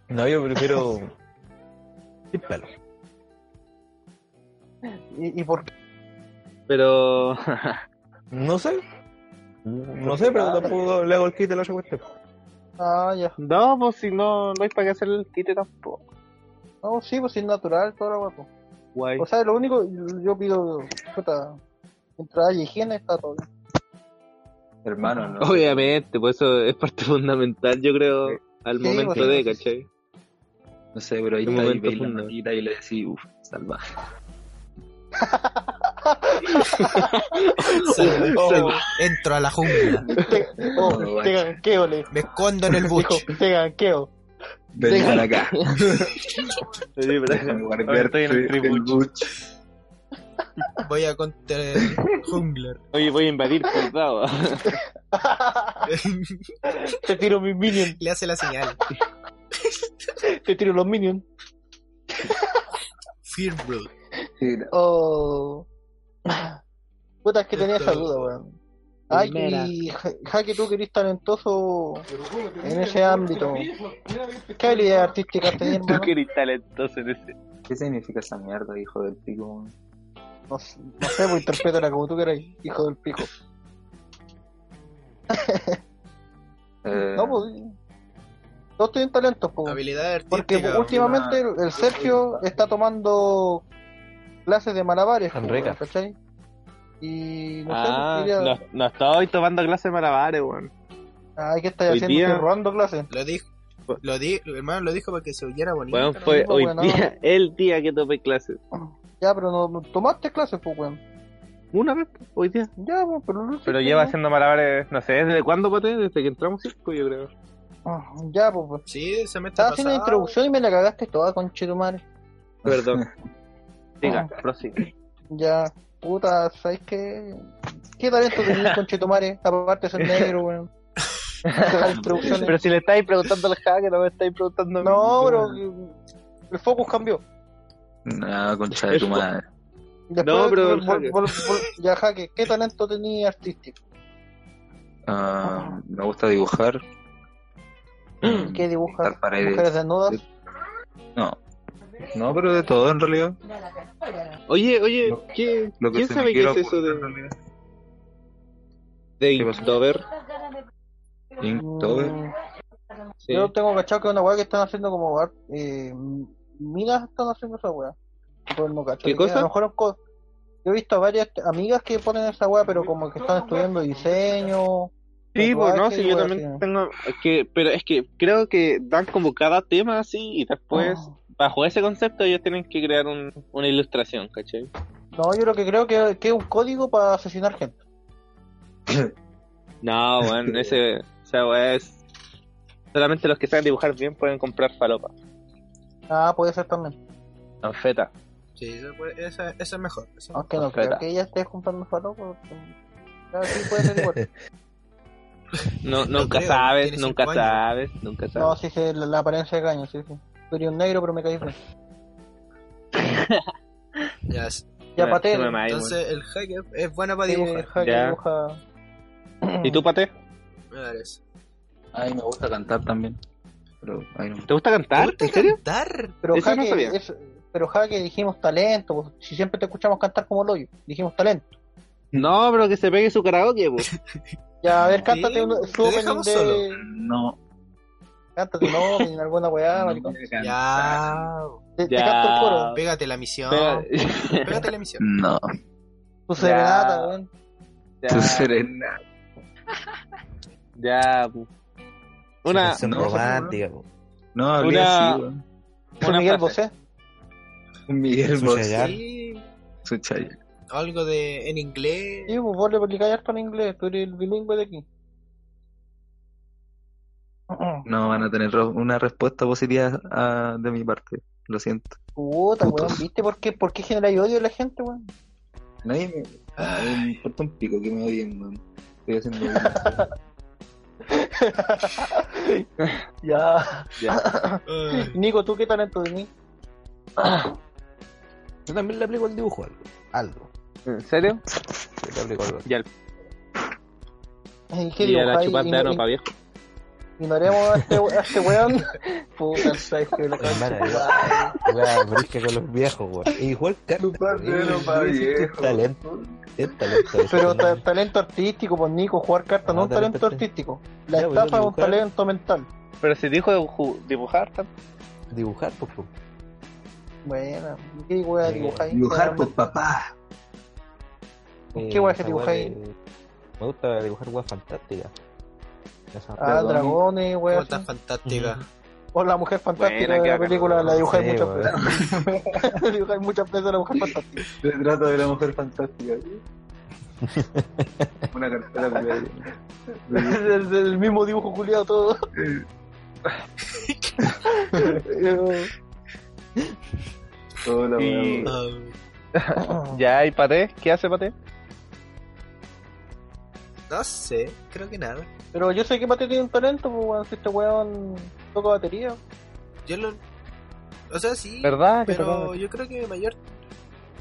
No, yo prefiero. Sin pelo.
¿Y, y por qué?
pero.
No sé. No sé, pero tampoco le hago el kit de la otra cuestión.
Ah, ya.
no, pues si no, no hay para qué hacer el quite tampoco.
No, sí, pues es natural, todo lo guapo.
Guay.
O sea, lo único, yo- yo pido, puta, entrada y higiene está todo bien.
Hermano, no.
Obviamente, por eso es parte fundamental, yo creo, al
Sí,
momento
bueno,
de,
sí,
¿cachai?
No sé, pero ahí
Un
está ahí
momento
veis la
fundamental.
manita y le decís, uff, salvaje.
Sal-
Oh.
Entro a la jungla.
Te, oh,
No,
te
guay.
ganqueo, le
Me escondo en el
dijo,
bucho.
te ganqueo.
Ven para acá.
Sí, pero-
Déjame
Ahora
guardarte
estoy en el
el
tribucho.
bucho.
Voy a contra Jungler.
Oye, voy a invadir pues, Condado. Te tiro mis minions,
Le hace la señal.
te tiro los minions.
Fearbrood.
Sí,
Oh. Puta, es que tenía esa duda, weón. Ay,
Primera.
y Jaque, tú que eres talentoso en ese ámbito. ¿Qué habilidades artísticas tenías, hermano?
eres talentoso en ese.
¿Qué significa esa mierda, hijo del pico?
No, sé- no sé, pues interprétala como tú queráis, hijo del pico.
Eh,
No, pues. Todos tienen talentos, pues.
Habilidad
Porque
artística.
últimamente el- el Sergio está tomando clases de malabares.
Tan
pues,
rica.
¿Cachai? Y no
Ah,
sé, pues,
no,
diría,
no estoy tomando clases de malabares, weón.
ay, ¿qué estáis
hoy
haciendo?
día-
Estoy robando clases.
Lo dijo. Lo di, hermano lo dijo para que se oyera bonito.
Weón,
¿no?
fue
pues,
hoy
weón,
día, el día que tomé clases.
Ya, pero no, no tomaste clases, pues, weón.
Una vez, hoy día.
Ya, pues, pero no
Pero
sé,
lleva
pues,
haciendo malabares, no sé, ¿desde cuándo, Pate? Desde que entramos circo, yo creo.
Ah, Ya, pues, pues.
Sí, se me está
Estaba haciendo la introducción y me la cagaste toda, conchetumare.
Perdón. Diga,
Ah.
prosigue.
Ya, puta, ¿sabes qué? ¿Qué talento tenías, conchetumare? Aparte de ser negro, weón. Cagar introducciones.
Pero si le estáis preguntando al hacker, no me estáis preguntando a mí.
No, pero eh, el focus cambió. pues.
No, concha de tu madre.
Después,
No, pero el
vol-
jaque.
vol- vol- ya, jaque, ¿qué talento tenía artístico?
Ah, me gusta dibujar.
¿Qué dibujas?
Pintar paredes.
¿Mujeres desnudas?
No. No, pero de todo en realidad.
Oye, oye,
Lo-
¿qué-
Lo que
¿quién
se me
sabe qué
quiera
es eso
ocurrir, en
de,
realidad.
de
¿Qué pasó?
Inktober?
Inktober.
Mm,
Sí.
Yo tengo cachado que es una weá que están haciendo como ar- eh, minas están haciendo esa weá. Pues no cacho.
¿Qué
Y
cosa?
A lo mejor es co- yo he visto a varias t- amigas que ponen esa weá, pero como que están estudiando diseño.
Sí, pues no,
tatuaje,
sí, yo
weá,
también
así.
tengo. es que, pero es que creo que dan como cada tema así y después,
Ah.
bajo ese concepto, ellos tienen que crear un- una ilustración, ¿cachai?
No, yo lo que creo que, que es un código para asesinar gente.
No, bueno, ese. O sea, weá, es. Solamente los que saben dibujar bien pueden comprar falopa.
Ah, puede ser también.
Anfeta.
Sí, eso, puede- esa, esa es mejor. esa-
Aunque no
Perfecta.
creo que ella esté juntando faro. porque- Claro, sí puede ser igual.
No,
No
nunca
creo,
sabes,
tiene
nunca
cinco años.
sabes, nunca sabes.
No, sí, sí, la, la apariencia de caño, sí, sí. Sería un negro, pero me caí bien.
Ya, s-
Ya,
No,
paté.
no me mames, weón.
entonces el hacker es bueno para
Eh,
dibujar.
jaque
Ya.
dibuja.
¿Y tú, Pate?
Me parece.
Ay, me gusta cantar también. Pero ahí no.
¿Te gusta cantar?
¿Te
¿En serio?
gusta cantar?
Pero
Eso
Jaque,
no sabía.
es- pero Jaque dijimos talento, pues, si siempre te escuchamos cantar como el hoyo, dijimos talento.
No, pero que se pegue su karaoke, pues. po.
Ya, a ver,
Sí,
cántate uno,
pues,
te
su opening
dejamos
de...
solo.
No.
Cántate un opening, alguna weá,
no
maricón.
voy a cantar.
Ya.
Te, te
Ya.
canto el coro,
Pégate la misión.
Pega-
Pégate la misión.
No.
tu serenata, weón.
Tu
ya,
serena.
ya, po. Una,
Son
no,
romántica, po.
No, hablé
Una-
así, weón.
Su
una
Miguel
frase.
Bosé.
Un Miguel
Su
Bosé.
Chayar.
Sí.
Su Chayar.
Algo de en inglés.
Sí, pues vos le publicáis harto en inglés, tú eres el bilingüe de aquí.
No van a tener ro- una respuesta positiva ah, de mi parte. Lo siento.
Puta,
Putos.
weón, ¿viste por qué, por qué generáis odio a la gente, weón?
Nadie me. a mí me importa un pico que me odien, weón. Estoy haciendo.
Ya.
Ay,
Nico, ¿tú qué talento tenías?
Yo también le aplico el dibujo algo. Algo.
¿En serio?
Sí, Le aplico algo.
¿Y qué
Y a la
dibujáis?
chupada de
Igno-
para viejo.
Ignoremos a este, a este weón. Puta, sabes que le cago.
Hermana, yo- la brisca con los viejos, weón. Igual Carlos. weón, ese es talento. Es talento. ese,
Pero
¿no?
ta- talento artístico, pues Nico, jugar cartas no
Ah,
es un talento
talento
artístico. La
Ya, pues,
estafa es un
dibujar.
talento mental.
Pero si dijo de ju- dibujar, tam-
Dibujar, pues, po.
Bueno, ¿qué wea
Sí.
dibujáis? Ah,
Dibujar, pues papá.
Eh,
¿Qué guay que
esa
dibujáis?
de- Me gusta dibujar weas fantásticas. Esa-
Ah, dragones, wea.
Cosa
así.
fantástica.
O la mujer fantástica
Buena,
de la
cabrón.
película, la dibujáis
Sí,
muchas
weón.
veces. La dibujáis muchas veces la mujer fantástica.
Se trata de la mujer fantástica. Una cartera
Es
culiada.
el, el mismo dibujo culiado todo.
Hola,
Y-
weón.
Ay,
Ya, ¿y Paté? ¿Qué hace Paté?
No sé, creo que nada.
Pero yo sé que Mateo tiene un talento, pues, weón. Si este weón toca batería.
Yo lo. O sea, sí.
¿Verdad? Que
Pero
tocaba-
yo creo que mi mayor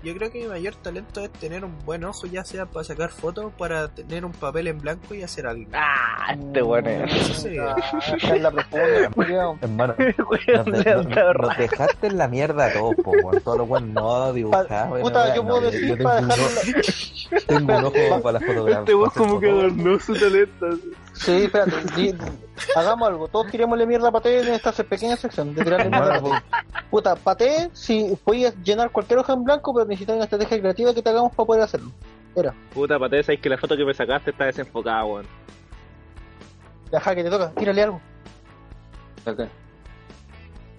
yo creo que mi mayor talento es tener un buen ojo, ya sea para sacar fotos, para tener un papel en blanco y hacer algo.
Ah, este weón es.
Eso sí.
Ah, está en la profunda, culiao.
Hermano,
Weón,
nos,
le
de-
han dado
nos- nos dejaste en la mierda a todos, po, weón. Todos los weón no
Pa-
dibujaban.
Puta,
weón,
yo
no,
puedo
Ah, yo-
decir
yo
para
tengo, un
dejarlo.
ojo- tengo un ojo para las fotografías.
Este weón como que adornó su talento.
Sí, espérate. di- hagamos algo. Todos tirémosle mierda a Pate en esta pequeña sección. De tirarle mierda a Paté. Puta, Pate, si podías llenar cualquier hoja en blanco, pero necesitas una estrategia creativa que te hagamos para poder hacerlo.
Puta paté, sabes que la foto que me sacaste está desenfocada, weón.
Ajá, que te toca. Tírale algo.
Acá.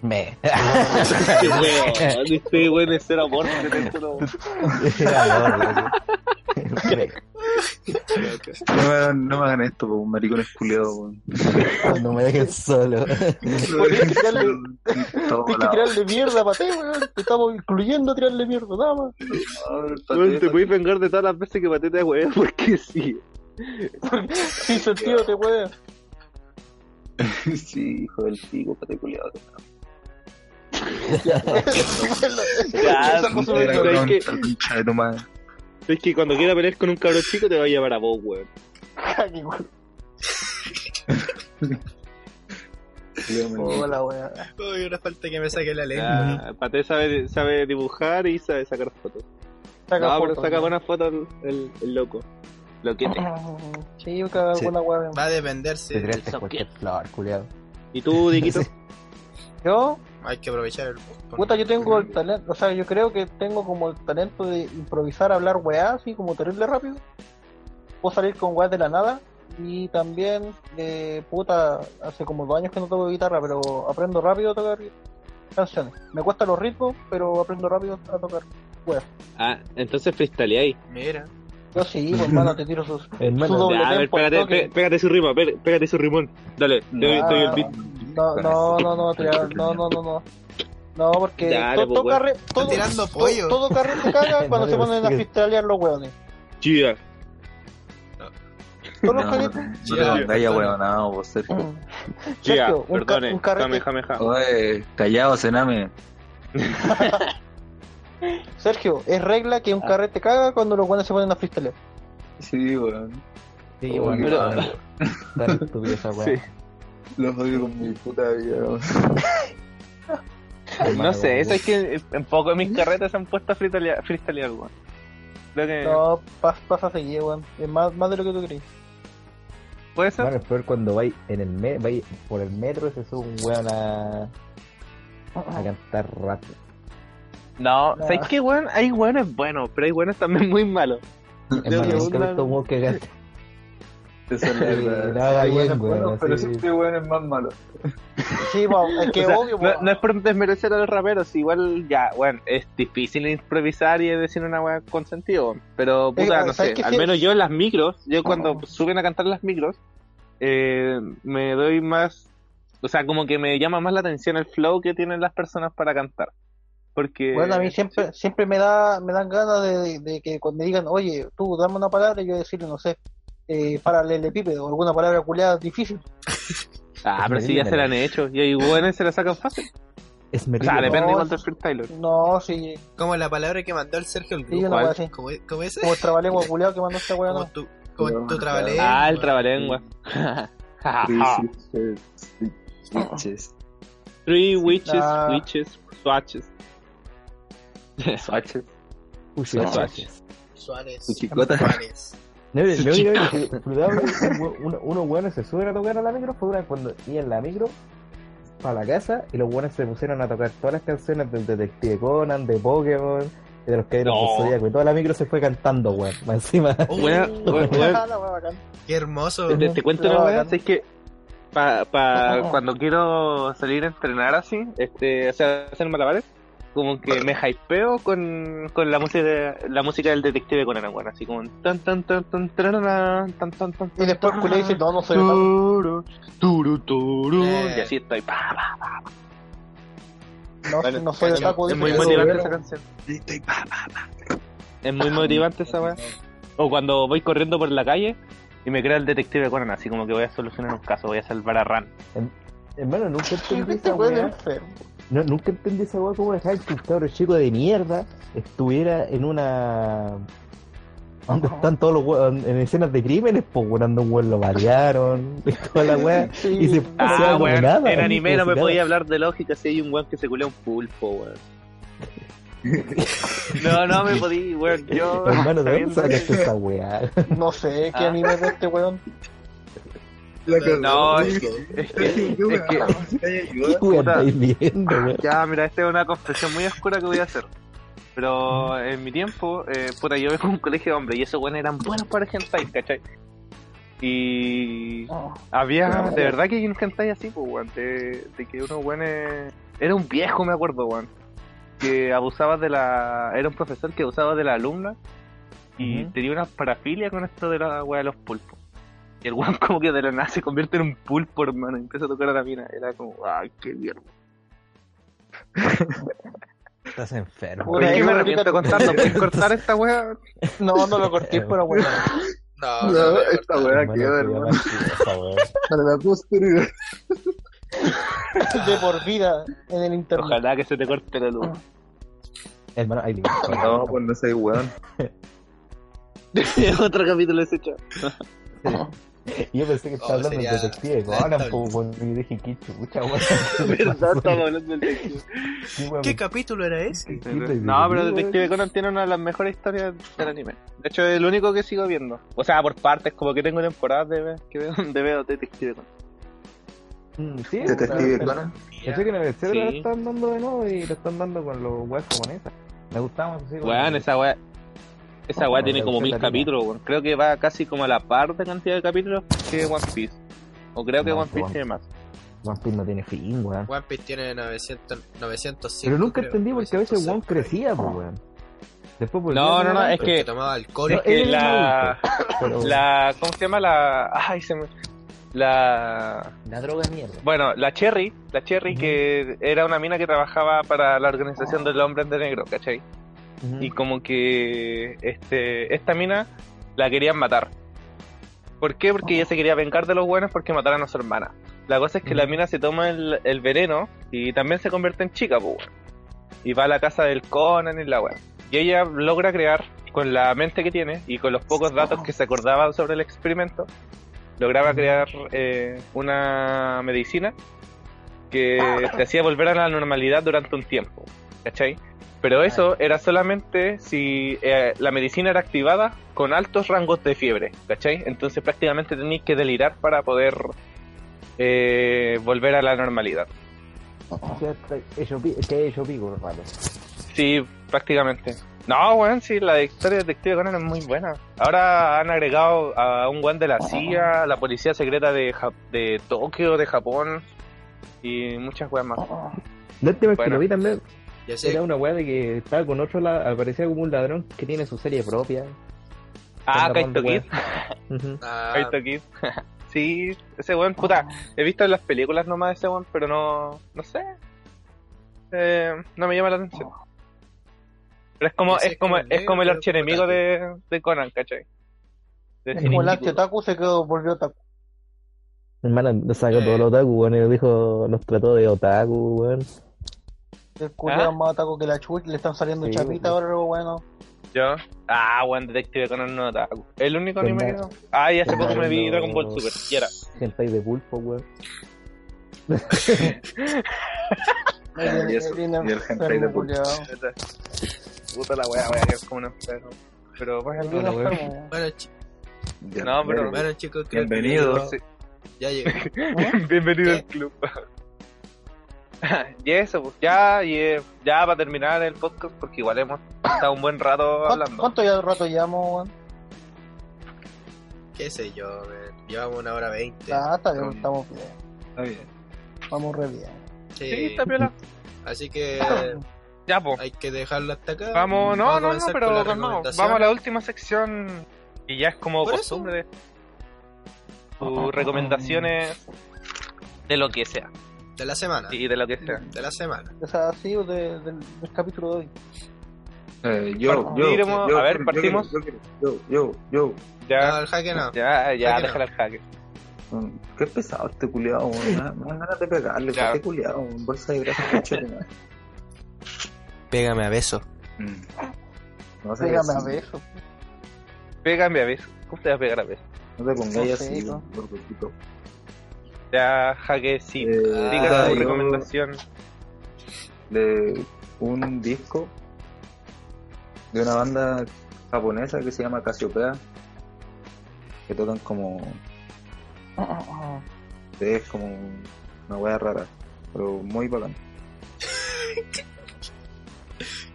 Me.
Este weón, este weón es cero amor.
No me, hagan- no me hagan esto, po, maricones culiados, weón.
no me dejes solo.
Podrías tirarle,
Todo
tienes que
lado.
tirarle mierda a Pate, weón. Te estamos incluyendo a tirarle mierda, nada más.
Weón, te podéis vengar de todas las veces que paté te weón, porque sí.
Sin sentido te puede.
Sí, hijo del pico, pate culiado.
Ya,
Esa cosa
weón,
me
sabes que,
Concha de tu madre.
sabes que cuando quiera pelear con un cabrón chico te va a llevar a vos, weón.
Aquí, weón. Hola, weón.
Uy, ahora falta que me saque la lengua.
Ya, Paté sabe, sabe dibujar y sabe sacar fotos.
Saca
no,
fotos,
pero saca
weón.
buenas fotos el, el, el loco. Loquete.
Sí, saca
Sí.
buena weón.
Va a
Te
dependerse.
tiraste cualquier flor, culiado.
¿Y tú, Diquito?
Yo,
Hay que aprovechar el bosque.
puta, yo tengo el talento, o sea, yo creo que tengo como el talento de improvisar, hablar weá, así como terrible rápido. Puedo salir con weá de la nada. Y también, eh, puta, hace como dos años que no toco guitarra, pero aprendo rápido a tocar canciones. Me cuesta los ritmos, pero aprendo rápido a tocar.
Ah, entonces freestyleáis.
Mira.
Yo sí, pues, hermano, te tiro sus... Su
Hermano,
doble
Ya, a ver,
tempo, al
pégate,
toque.
pe- pégate su rima, pe- pégate su rimón. Dale, te doy-
No.
te doy el beat.
No, no, no, no, tira- no, no, no, no. No, porque
Dale,
to-
pues,
todo,
weón.
carre- todo,
tirando
to-
pollo.
todo carrete caga cuando
No,
se ponen a
sí.
freestylear los weones.
Chida.
Todos
No,
los
no
caretes.
te mandáis a huevonao, vos, Sergio.
Chida,
Sergio, un ca-
perdone.
un carrete.
Jame, jame, jame.
Oh, Oye, callado, cename.
Sergio, es regla que un
Ah.
carrete caga cuando los weones se ponen a freestylear.
Sí, weón.
sí, weón.
Pero-
Tan estúpida esa weón.
Los odio con mi puta vida, weón.
Oh
No sé, eso es que en poco de mis carretas se han puesto a freestylear, freestylear, weón. Creo que
No, pas- pasa seguido, weón. Es más, más de lo que tú crees.
puede ser.
Hermano, es peor cuando vais en el me vais por el metro y se sube un weón a, a cantar rap.
No,
No.
¿sabes qué, weón? Hay weones buenos, pero hay weones también muy malos.
Hermano,
que
nunca he
una-
visto un weón que canta.
Esa es la verdad.
No, haga
Hay
bien,
buenos
weón,
buenos, Pero
sí.
siempre bueno es más malo.
Sí, weón, es que
O sea,
obvio,
no,
weón.
no es por desmerecer a los raperos, igual ya, weón, es difícil improvisar y decir una weá con sentido, weón. Pero puta,
Oiga,
no
Eh, ah, ¿sabes
sé,
qué? Ah,
al
Sí.
menos yo en las micros, yo cuando
Ajá.
suben a cantar en las micros, eh, me doy más, o sea, como que me llama más la atención el flow que tienen las personas para cantar. Porque...
Bueno, a mí siempre, siempre me da, me dan ganas de, de que cuando me digan, oye, tú dame una palabra, yo decirle, no sé, eh, paralelepípedo o alguna palabra culiada difícil.
Ah, pero sí, ya se la han hecho, y hay weones se la sacan fácil.
Es
O sea,
meridiano.
depende
No,
igual del freestyler.
No, sí,
Como la palabra que mandó el Sergio el
sí,
grupo.
una
¿Cuál?
weá así.
¿Cómo, cómo es?
Como el trabalengua culiado que mandó esta weá,
Como
no.
tu, como tu trabalengua.
Ah, el trabalengua.
Bitches,
Oh.
bitches,
Three witches,
Ah.
witches, swatches.
swatches,
Uy,
No.
swatches.
Suárez.
su chicota.
Suárez.
No, yo- yo- yo- yo- cuidado, un- un- Unos weones se suben a tocar a la micro, fue una cuando iba en la micro para la casa y los weones se pusieron a tocar todas las canciones del Detective Conan, de Pokémon, y de los que eran
No.
y toda la micro se fue cantando, weón. más Encima,
Oh,
Weón, weón, weón,
Ah, la weá bacán.
Qué hermoso.
Te, te cuento una
No,
weá,
bacán.
es que pa, pa, cuando quiero salir a entrenar así, este, o sea, hacer malabares, como que me hypeo con, con la música la música del detective Conan, weón, así como tan tan tan tan tararara, tan tan tan
Y después el culiao dice, no, no soy otaku.
Turu, turu, turu,
Eh.
y así estoy. pa, pa, pa, pa.
No,
Bueno,
no soy
es-
otaku.
es
dice
muy
que-
motivante
pero-
esa canción. Es muy motivante esa weá. O cuando voy corriendo por la calle y me crea el detective Conan, así como que voy a solucionar un caso, voy a salvar a Ran.
Hermano, nunca entendí
Este
esa
weón es
weá.
enfermo.
No, nunca entendí esa weá como dejar que un cabro chico de mierda estuviera en una. ¿Dónde están todos los weón? En escenas de crímenes, pues weón, anda un weón lo variaron, y toda la weá.
Sí.
Y se pasaba como
Ah, weón,
nada,
en anime no
como si
me
nada.
podía hablar de lógica si hay un weón que se culea un pulpo, weón. No, no me podía, weón. Yo.
Hermano, ¿de dónde
sabiendo-
sacaste esa weá?
No sé, ¿qué
Ah.
anime de este weón?
No, es que- es que- es que-
¿Qué weá estáis viendo, weón?
Ya, mira, esta es una confesión muy oscura que voy a hacer. Pero en mi tiempo, eh, puta, yo vengo a un colegio de hombres y esos buenos eran buenos para el hentai, ¿cachai? Y había, de verdad que hay un hentai así, pues, weón, de, de que uno, weón, eh, era un viejo, me acuerdo, weón, que abusaba de la, era un profesor que abusaba de la alumna y
Ujú.
tenía una parafilia con esto de la weá de los pulpos. Y el weón como que de la nada se convierte en un pulpo, hermano, y empieza a tocar a la mina. Era como, ay, qué mierda.
Estás enfermo.
¿Por
Puta,
qué
yo
me
creo
arrepiento de contarlo? ¿Puedes cortar esta weá?
No, no lo corté por weón.
No,
No,
no, no,
esta weá queda, hermano. Para la posteridad.
De por vida en el internet.
Ojalá que se te corte la luz.
Hermano, hay límites.
No, pues no soy weón.
Otro capítulo deshecho.
Yo pensé que estaba
Oh,
hablando del
sería
detective Conan, po, weón, y dije, qué chucha, weón.
¿Verdad? Estamos hablando del detective.
Sí, weón,
¿Qué capítulo era ese?
No, pero Detective Conan tiene una de las mejores historias del anime. De hecho, es el único que sigo viendo. O sea, por partes, como que tengo temporadas de, ve- que veo, de veo Detective Conan.
Mm, Sí,
Detective
weón.
Conan.
Pensé que en el etcétera
Sí.
la están dando de nuevo y la están dando con los weas japonesas. Me gustaba así. como-
Weón, esa weá. Esa
Oh,
weá
la
tiene como
versión
mil
latina.
capítulos, weón. Creo que va casi como a la par de cantidad de capítulos que One Piece. O creo que
No,
One Piece
One-
tiene más.
One Piece no tiene fin, weón.
One Piece tiene 900, 905.
Pero nunca
creo,
entendí porque a veces One
906.
crecía, pues, weón. Después volvió
No,
a
no, no,
ser
es
Porque
que
tomaba alcohol.
No,
Es que
él era un
la,
pero-
la. ¿Cómo se llama? La. Ay, se me. La.
La droga es mierda.
Bueno, la Cherry. La Cherry
Ujú.
que era una mina que trabajaba para la organización de los hombres de negro, ¿cachai?
Ujú.
Y como que. Este, esta mina la querían matar. ¿Por qué? Porque ella se quería vengar de los buenos porque mataron a su hermana. La cosa es que la mina se toma el, el veneno y también se convierte en chica, pues, weón. Y va a la casa del Conan y la weá. Y ella logra crear, con la mente que tiene y con los pocos datos que se acordaban sobre el experimento, lograba crear eh, una medicina que te hacía volver a la normalidad durante un tiempo, ¿cachai? Pero eso era solamente si eh, la medicina era activada con altos rangos de fiebre, ¿cachai? Entonces prácticamente tenías que delirar para poder eh, volver a la normalidad.
Ya está hecho pi- que hecho pico, hermano.
Sí, prácticamente. No, weón, sí, la historia de Detective Conan es muy buena. Ahora han agregado a un weón de la CIA, la policía secreta de, Ja- de Tokio, de Japón y muchas weas más.
Oh. La última vez que
Bueno.
lo vi también
Y así,
era una weá de que estaba con otro, la... aparecía como un ladrón que tiene su serie propia.
Ah,
Con
Kaito
la
Kid,
Ujú.
ah,
Kaito Kid. sí, ese weón, puta, he visto en las películas nomás de ese weón, pero no, no sé. Eh, no me llama la atención. Pero es como,
Ese
es como, es como el
negro,
archienemigo
como
de, de Conan, ¿cachai? De
Es como el
Shinichi.
anti-otaku se quedó, volvió otaku.
Hermano, lo sacó todo lo otaku, weón. Y lo dijo, nos trató de otaku, weón.
El
¿Ah?
culiao es más otaku que la chucha, le están saliendo
Sí,
chapitas ahora, pero bueno.
Yo. Ah, buen Detective Conan no Otaku. El único anime que
Verdad.
no. Ah, y hace poco
Verdad,
me vi
no.
Dragon Ball Super. Y era.
Hentai de pulpo, weón.
Claro, y eso,
Viene
y el hentai de
enfermo, culiao.
Puta la wea, wea, que es como un enfermo. Pero pues al
Viene
menos.
enfermo.
Bueno, chi-
Ya,
No, pero-
bueno, chicos, creo
Bienvenidos.
que ya llegó. Ya llegó.
Bienvenido al club. Eh. y eso, pues ya, y eh, ya para terminar el podcast, porque igual hemos estado un buen rato
¿Cuánto,
hablando.
cuánto ya rato llevamos, weón?
Qué sé yo, man. llevamos una hora veinte.
Ah, está bien, estamos bien.
Está bien.
Vamos re bien.
Sí.
Sí, está piola.
Así que
Eh.
Ya, pues.
hay que dejarlo hasta acá.
Vamos, no,
eh, Vamos
no,
a
no,
comenzar
pero
con las
calmado. Vamos a
recomendaciones.
la última sección. Y ya es como
Por eso.
costumbre. Tus recomendaciones de lo que sea.
De la semana.
y de lo que sea.
De la semana.
O sea, sí, de- del, del capítulo de hoy.
Eh, yo, yo,
Partiremos-
yo,
a ver,
yo,
partimos.
Yo, yo, yo, yo.
No,
Ya,
el jaque no.
ya, ya,
Jaque no.
déjala al jaque.
Mm, Qué pesado este culiado, weón. Me dan ganas de pegarle,
Ya.
qué culiado, bolsa de grasa, coche de madre.
Pégame a beso.
Mm. No sé
Pégame
qué
a
decir.
beso.
Pégame a beso. ¿Cómo te vas a pegar a beso?
No te pongáis
No
así,
sé,
gordito.
Ya, jaque, sí.
Eh,
Diga
puta,
su
yo-
recomendación.
de un disco de una banda japonesa que se llama Casiopea que tocan como es como una wea rara pero muy bacán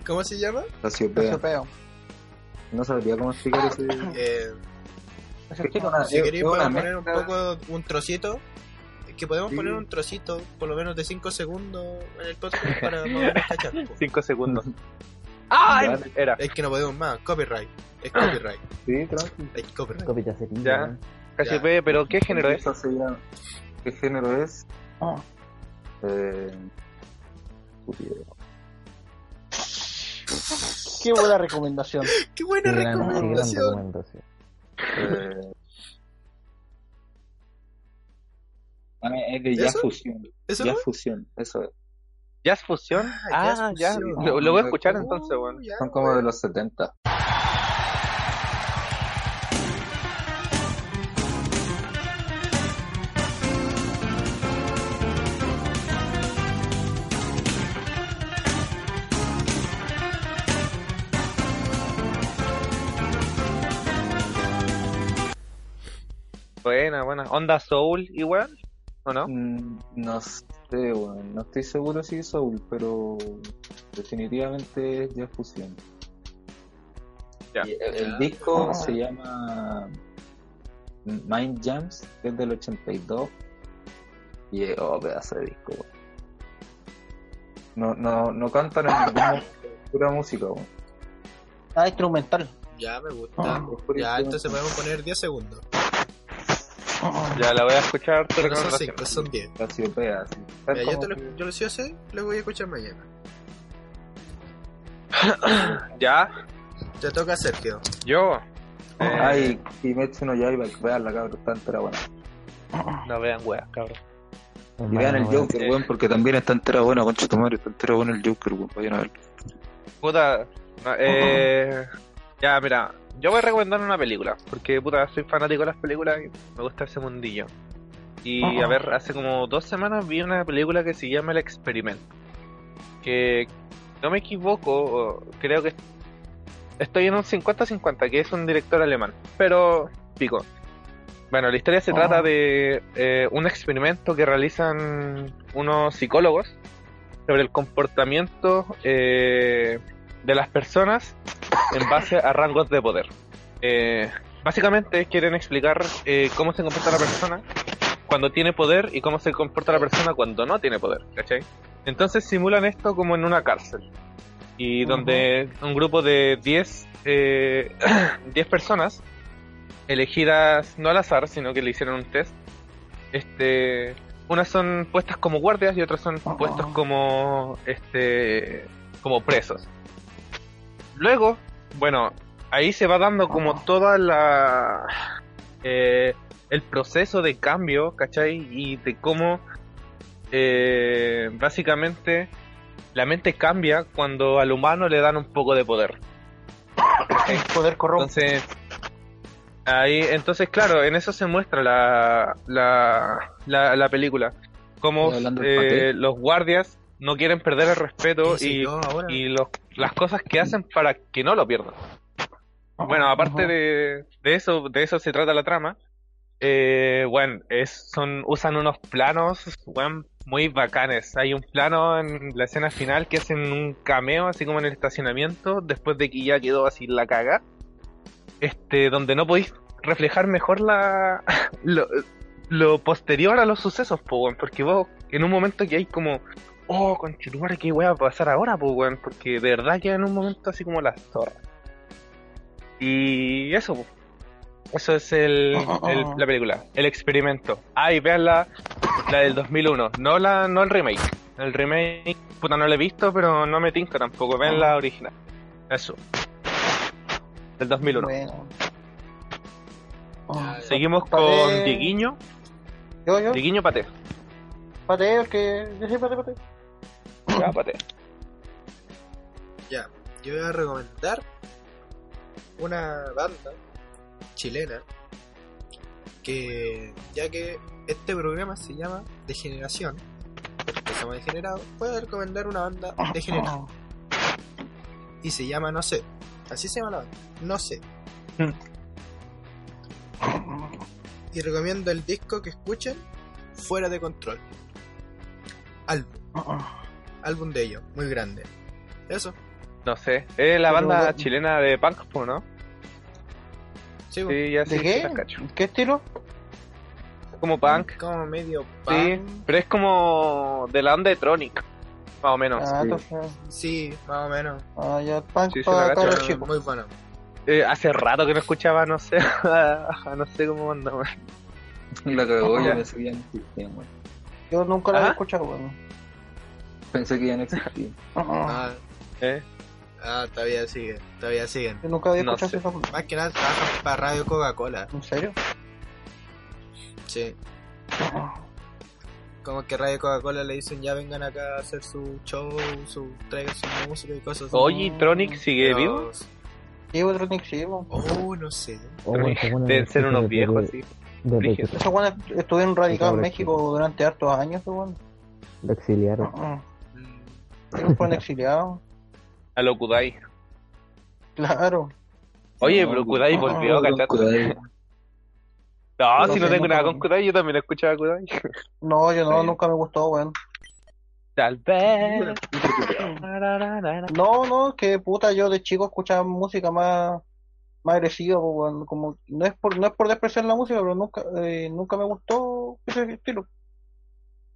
¿Cómo se llama?
Casiopea
Casiopeo.
no sabría cómo explicar ese
Eh,
Es que es una-
si
es-
queréis
es Ah, una
podemos poner un
mezcla-
poco, un trocito. Es que podemos
Sí.
poner un trocito, por lo menos de 5 segundos en el podcast para poder cachar. po.
5 segundos. ¡Ay!
Dale.
Era.
Es que no podemos más, copyright. Es copyright.
sí, tranqui.
Es copyright.
Copichacetín,
Ya.
weón.
Casiopea, pero ¿qué género es?
Esa se llama- ¿Qué género es?
Ah.
Eh, puta,
Qué buena recomendación.
¡Qué
Qué
buena
gran- qué gran
recomendación!
recomendación.
eh, ah, es de
¿Eso?
Jazz Fusión.
¿Eso
Jazz
no?
Fusión, eso es.
¿Jazz Fusión?
Ah,
Ah,
Jazz
ya.
Fusión.
Lo, lo voy a escuchar
Oh,
entonces, weón.
Ya,
Son como de los 70.
Buena, buena. ¿Onda Soul igual? ¿O no?
Mm, No sé, weón. No estoy seguro si es Soul, pero definitivamente es Jazz Fusión.
Ya.
Y el, el
Ah.
disco se llama Mind Jams, que es del 82. Y es oh, pedazo de disco, weón. No, no, no cantan en ninguna pura música, weón.
Ah, instrumental.
ya, me
Es
gusta.
pura
Ah, Ya,
instrumental.
entonces podemos poner 10 segundos.
Ya, la voy a escuchar. tu
No son
recomendación.
5, son 10.
Casiopea, así. Tal
Mira, yo,
como
te
que-
lo, yo lo sí o sí, lo voy a escuchar mañana.
Ya,
Te toca Sergio.
yo. Eh,
Ay, Kimetsu no Yaiba, veanla cabrón, tanto era buena.
No vean weas, cabrón.
Y vean el
Hermano, weón.
Joker, weón, porque también está entera buena, concha tu madre, está entera buena el Joker, weón, vayan a verlo.
Puta. no, eh, Ya, mira. Yo voy a recomendar una película. Porque, puta, soy fanático de las películas y me gusta ese mundillo. Y, a ver, hace como dos semanas vi una película que se llama El Experimento. Que, no me equivoco, creo que estoy en un 50-50, que es un director alemán. Pero, pico. Bueno, la historia se trata de eh, un experimento que realizan unos psicólogos sobre el comportamiento eh, de las personas en base a rangos de poder. Eh, básicamente quieren explicar eh, cómo se comporta la persona cuando tiene poder y cómo se comporta la persona cuando no tiene poder, ¿cachai? Entonces simulan esto como en una cárcel y donde un grupo de 10 eh, 10 personas elegidas no al azar, sino que le hicieron un test. Este, unas son puestas como guardias y otras son puestos como este como presos. Luego, bueno, ahí se va dando como toda la eh, el proceso de cambio, ¿cachai? Y de cómo eh, básicamente la mente cambia cuando al humano le dan un poco de poder.
Poder corrompe.
Entonces, ahí, entonces claro, en eso se muestra la, la, la, la película. Cómo
Estoy hablando del
eh,
paté.
los guardias no quieren perder el respeto
Sí,
y,
yo ahora.
y los- las cosas que hacen para que no lo pierdan. Bueno, aparte de, de eso, de eso se trata la trama. Eh, bueno, es, son, usan unos planos bueno, muy bacanes. Hay un plano en la escena final que hacen un cameo, así como en el estacionamiento, después de que ya quedó así la caga. Este, donde no podéis reflejar mejor la, lo, lo posterior a los sucesos, po, weón, porque vos en un momento que hay como, oh, continuar, ¿qué voy a pasar ahora, po, weón? Porque de verdad que en un momento así como la zorra. Y eso, po. eso es el, el- la película, el experimento. Ay, véanla, La del 2001, no la no el remake. El remake, puta, no lo he visto, pero no me tinca tampoco. Ven
Ah.
la original. Eso. Del 2001.
Bueno. Oh,
Seguimos
Paté.
con Dieguiño.
yo, yo,
Dieguiño Pate.
pateo, que. Yo sí, pateo, pateo.
Ya, Pate.
Ya, yo voy a recomendar una banda chilena que, ya que este programa se llama Degeneración, porque somos degenerados, voy a recomendar una banda
Ah.
degenerada. Y se llama No sé. Así se llama la banda. No sé.
Mm.
Y recomiendo el disco que escuchen Fuera de Control. Álbum. Álbum de ellos. Muy grande. Eso.
No sé. Es la
Pero-
banda chilena de punk, po, ¿no?
Sí, po.
Sí, ya
¿De
sí,
qué?
la cacho.
¿Qué estilo?
Como punk.
Como medio
Sí,
pan.
pero es como de la onda de Tronic, más o menos.
ah, entonces,
Sí, más o menos.
ah, ya, punk
Sí, se la
para
cacho,
cabros
Pero
chicos.
Muy bueno.
Eh, hace rato que no escuchaba, no sé, ajá, no sé cómo anda. weón.
La cagó,
Ah.
yo pensé que Oh, ya no existía, weón.
Yo nunca lo
Ajá.
había escuchado, weón.
Pensé que ya no existía.
Ah,
Ah,
Eh,
ah, todavía siguen, todavía siguen.
Yo nunca había
No
escuchado
sé.
esa banda.
Más que nada trabajan para Radio Coca-Cola.
¿En serio? Ah,
Sí. Como que Radio Coca-Cola le dicen ya vengan acá a hacer su show, su traigan su música y cosas así.
Oye, ¿y ¿Tronic sigue
Pero-
vivo?
Sí, otro Nick, sí, weón.
Oh, no sé.
Oh, bueno, qué buena
Deben ser
noticia
unos
desde-
viejos, sí.
desde que
Brígido.
Esos weones estuvieron radicados en
Cabros
México Ah. durante hartos años, weón.
Lo exiliaron.
Mm,
Ellos fueron exiliados.
A lo Kudai.
Claro.
Oye,
No,
pero Kudai
no,
volvió,
Oh,
¿cachai?
Kudai.
No, si no
no sé,
tengo
no
nada
puedo.
con Kudai, yo también escuchaba Kudai.
No, yo no,
Sí.
nunca me gustó, weón.
Tal vez.
No, no, que puta, yo de chico escuchaba música más, más agresiva, po, weón. Como, no es por, no es por despreciar la música, pero nunca, eh, nunca me gustó ese estilo.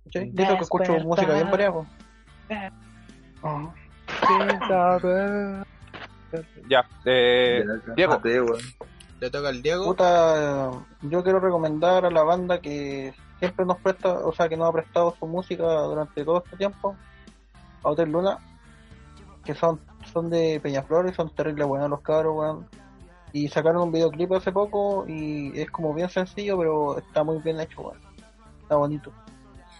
¿Cachai? De eso que escucho música bien variada, po. Ah. Ajá.
Ya, eh, Diego.
Mateo, weón.
Le toca al Diego.
Puta, yo quiero recomendar a la banda que siempre nos presta, o sea, que nos ha prestado su música durante todo este tiempo, a Hotel Luna, que son, son de Peñaflores, son terribles buenos los cabros, weón. Y sacaron un videoclip hace poco y es como bien sencillo, pero está muy bien hecho, weón. Está bonito.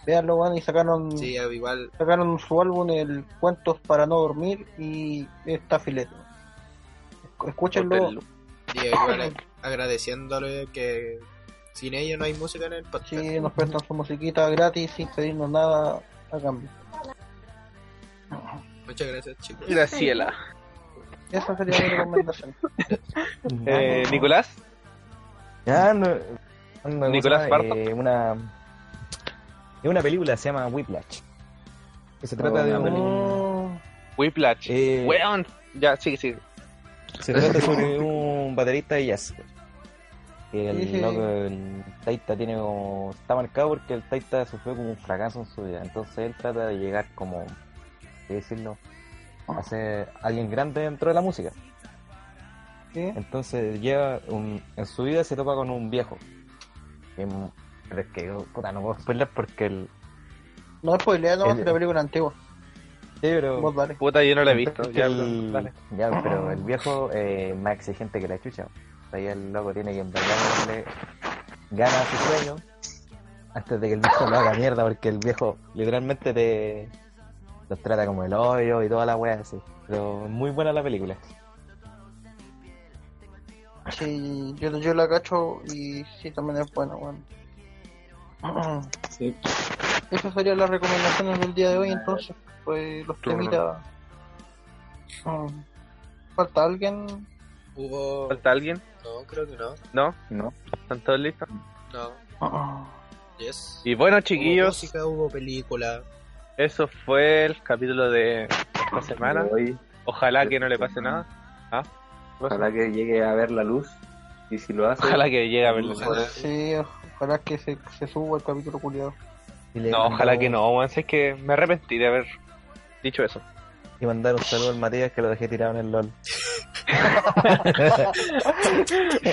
Veanlo, weón, y sacaron,
Sí, igual.
sacaron su álbum, el Cuentos para no dormir, y está filete. Esc- Escúchenlo.
Diego, igual ag- agradeciéndole que sin ellos no hay música en el podcast.
Sí, nos prestan su musiquita gratis sin pedirnos nada a cambio.
Muchas gracias, chicos.
Graciela.
Esa sería mi recomendación.
Eh, Nicolás.
Ya, no, no,
Nicolás
¿cómo se llama?
Barton.
Eh, una, es una película, se llama Whiplash. Que se trata
Oh,
de
no.
un,
Whiplash.
eh,
Weón. Ya, sigue, sigue.
se trata sobre un baterista de jazz. Que
Sí, sí.
el loco, el Taita tiene como, está marcado porque el Taita sufrió como un fracaso en su vida. Entonces él trata de llegar como, ¿qué decirlo? A ser alguien grande dentro de la música.
¿Sí?
Entonces lleva un- en su vida se topa con un viejo. Que es mu- Pero es que puta, no puedo spoiler porque el.
No es posibilidad, no
El-
es la película antigua.
Sí, pero.
Vos dale.
Puta, yo no la he visto.
Entonces,
Ya,
el-
dale.
ya, pero el viejo eh, más exigente que la chucha. O sea, ya el loco tiene que en verdad darle gana a su sueño antes de que el viejo lo haga mierda, porque el viejo literalmente te los trata como el hoyo y toda la wea así. Pero muy buena la película.
Sí, yo, yo la cacho y sí, también es buena, bueno.
Sí.
Esas serían las recomendaciones del día de hoy, entonces. Pues los temitas. Mm. ¿Falta alguien?
Hubo.
¿Falta alguien?
No, creo que no.
¿No?
No.
¿Están todos listos?
No. Yes.
Y bueno,
Hubo
chiquillos,
música, hubo película.
eso fue el capítulo de esta semana.
Hoy,
Ojalá que no le pase nada. Ah,
ojalá que llegue a ver la luz. Y si lo hace,
Ojalá que llegue a verlo.
Ojalá.
Pues Sí, ojalá que se, se suba el capítulo culiado.
Y le
No, ojalá
mandamos-
que no, weón. si Es que me arrepentí de haber dicho eso.
Y mandar un saludo al Matías que lo dejé tirado en el LOL.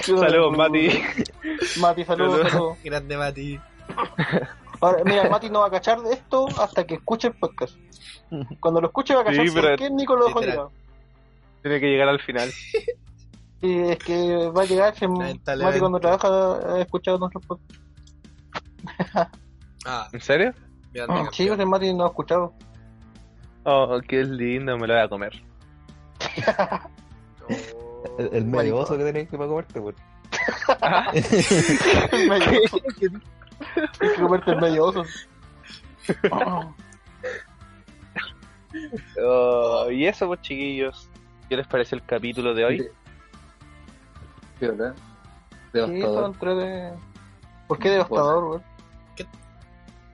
Saludos, Mati.
Mati, saludos,
Saludos.
saludos.
Grande Mati.
Ahora, mira, Mati no va a cachar de esto hasta que escuche el podcast. Cuando lo escuche va a cachar
Sí,
por
pero-
qué Nico lo dejó
Literal.
tirado.
Tiene que llegar al final.
Y es que va a llegar si Mati
Lamentablemente.
cuando trabaja ha escuchado nuestros podcasts.
Ah,
¿En serio?
grande campeón.
Sí, pues Mati no ha escuchado.
Oh, qué lindo, me lo voy a comer.
Oh,
El, el medio oso que tenías que para comerte, pues. weón.
Hay que comerte el medio oso.
Oh, y eso, pues, chiquillos. ¿Qué les parece el capítulo de hoy?
Viola.
Sí, eso
Devastador.
entre de... ¿Por qué devastador, güey?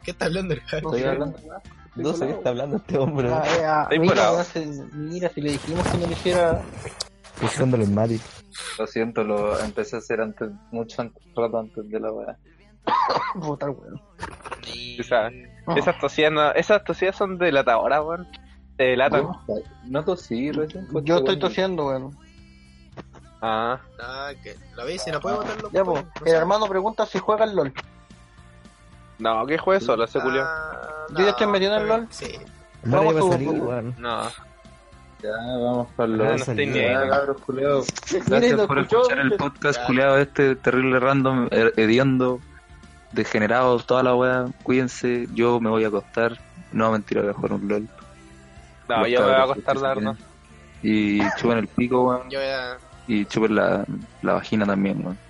¿Qué está hablando el Javi?
No
Estoy
sé,
hablando.
weón.
No sé qué está hablando este hombre,
Ah,
weón.
eh, ah,
Estoy
mira,
volado.
weón, se- mira, si le dijimos que no lo hiciera...
Buscándole el Mati.
Lo siento, lo empecé a hacer antes, mucho antes, rato antes de la weá.
Puta, weón.
Sí.
Esa- Esas tosías, no- esas tosías son delatadoras, weón. Te delatan.
No tosí recién. pues,
Yo estoy
weón.
tosiendo, weón.
Ah,
Ah, que la veis si la puedo botar los
Ya, pues,
botones, no
el
sé.
hermano pregunta si juega al LOL.
no, ¿qué juez solo se culió?
Ah,
Yo ya estoy metido en
está
LOL.
bien. Sí.
Mati
Vamos
va a
tú,
salir,
tú.
weón.
No,
Ya, vamos para
Ah,
no
no
los.
estoy
salí.
ni ahí.
Ya, cabros, culiao.
Mira, y
Gracias
lo
por
escuchó,
escuchar el
¿viste?
podcast culiado este terrible random, her- hediondo, degenerado, toda la weá. Cuídense, yo me voy a acostar. No, mentira, voy a jugar un LOL.
No,
Los
yo me voy a
cabros,
acostar
si
la
quieren.
verdad.
Y chupen el pico, weón.
Yo ya.
Y chupen la, la vagina también, weón.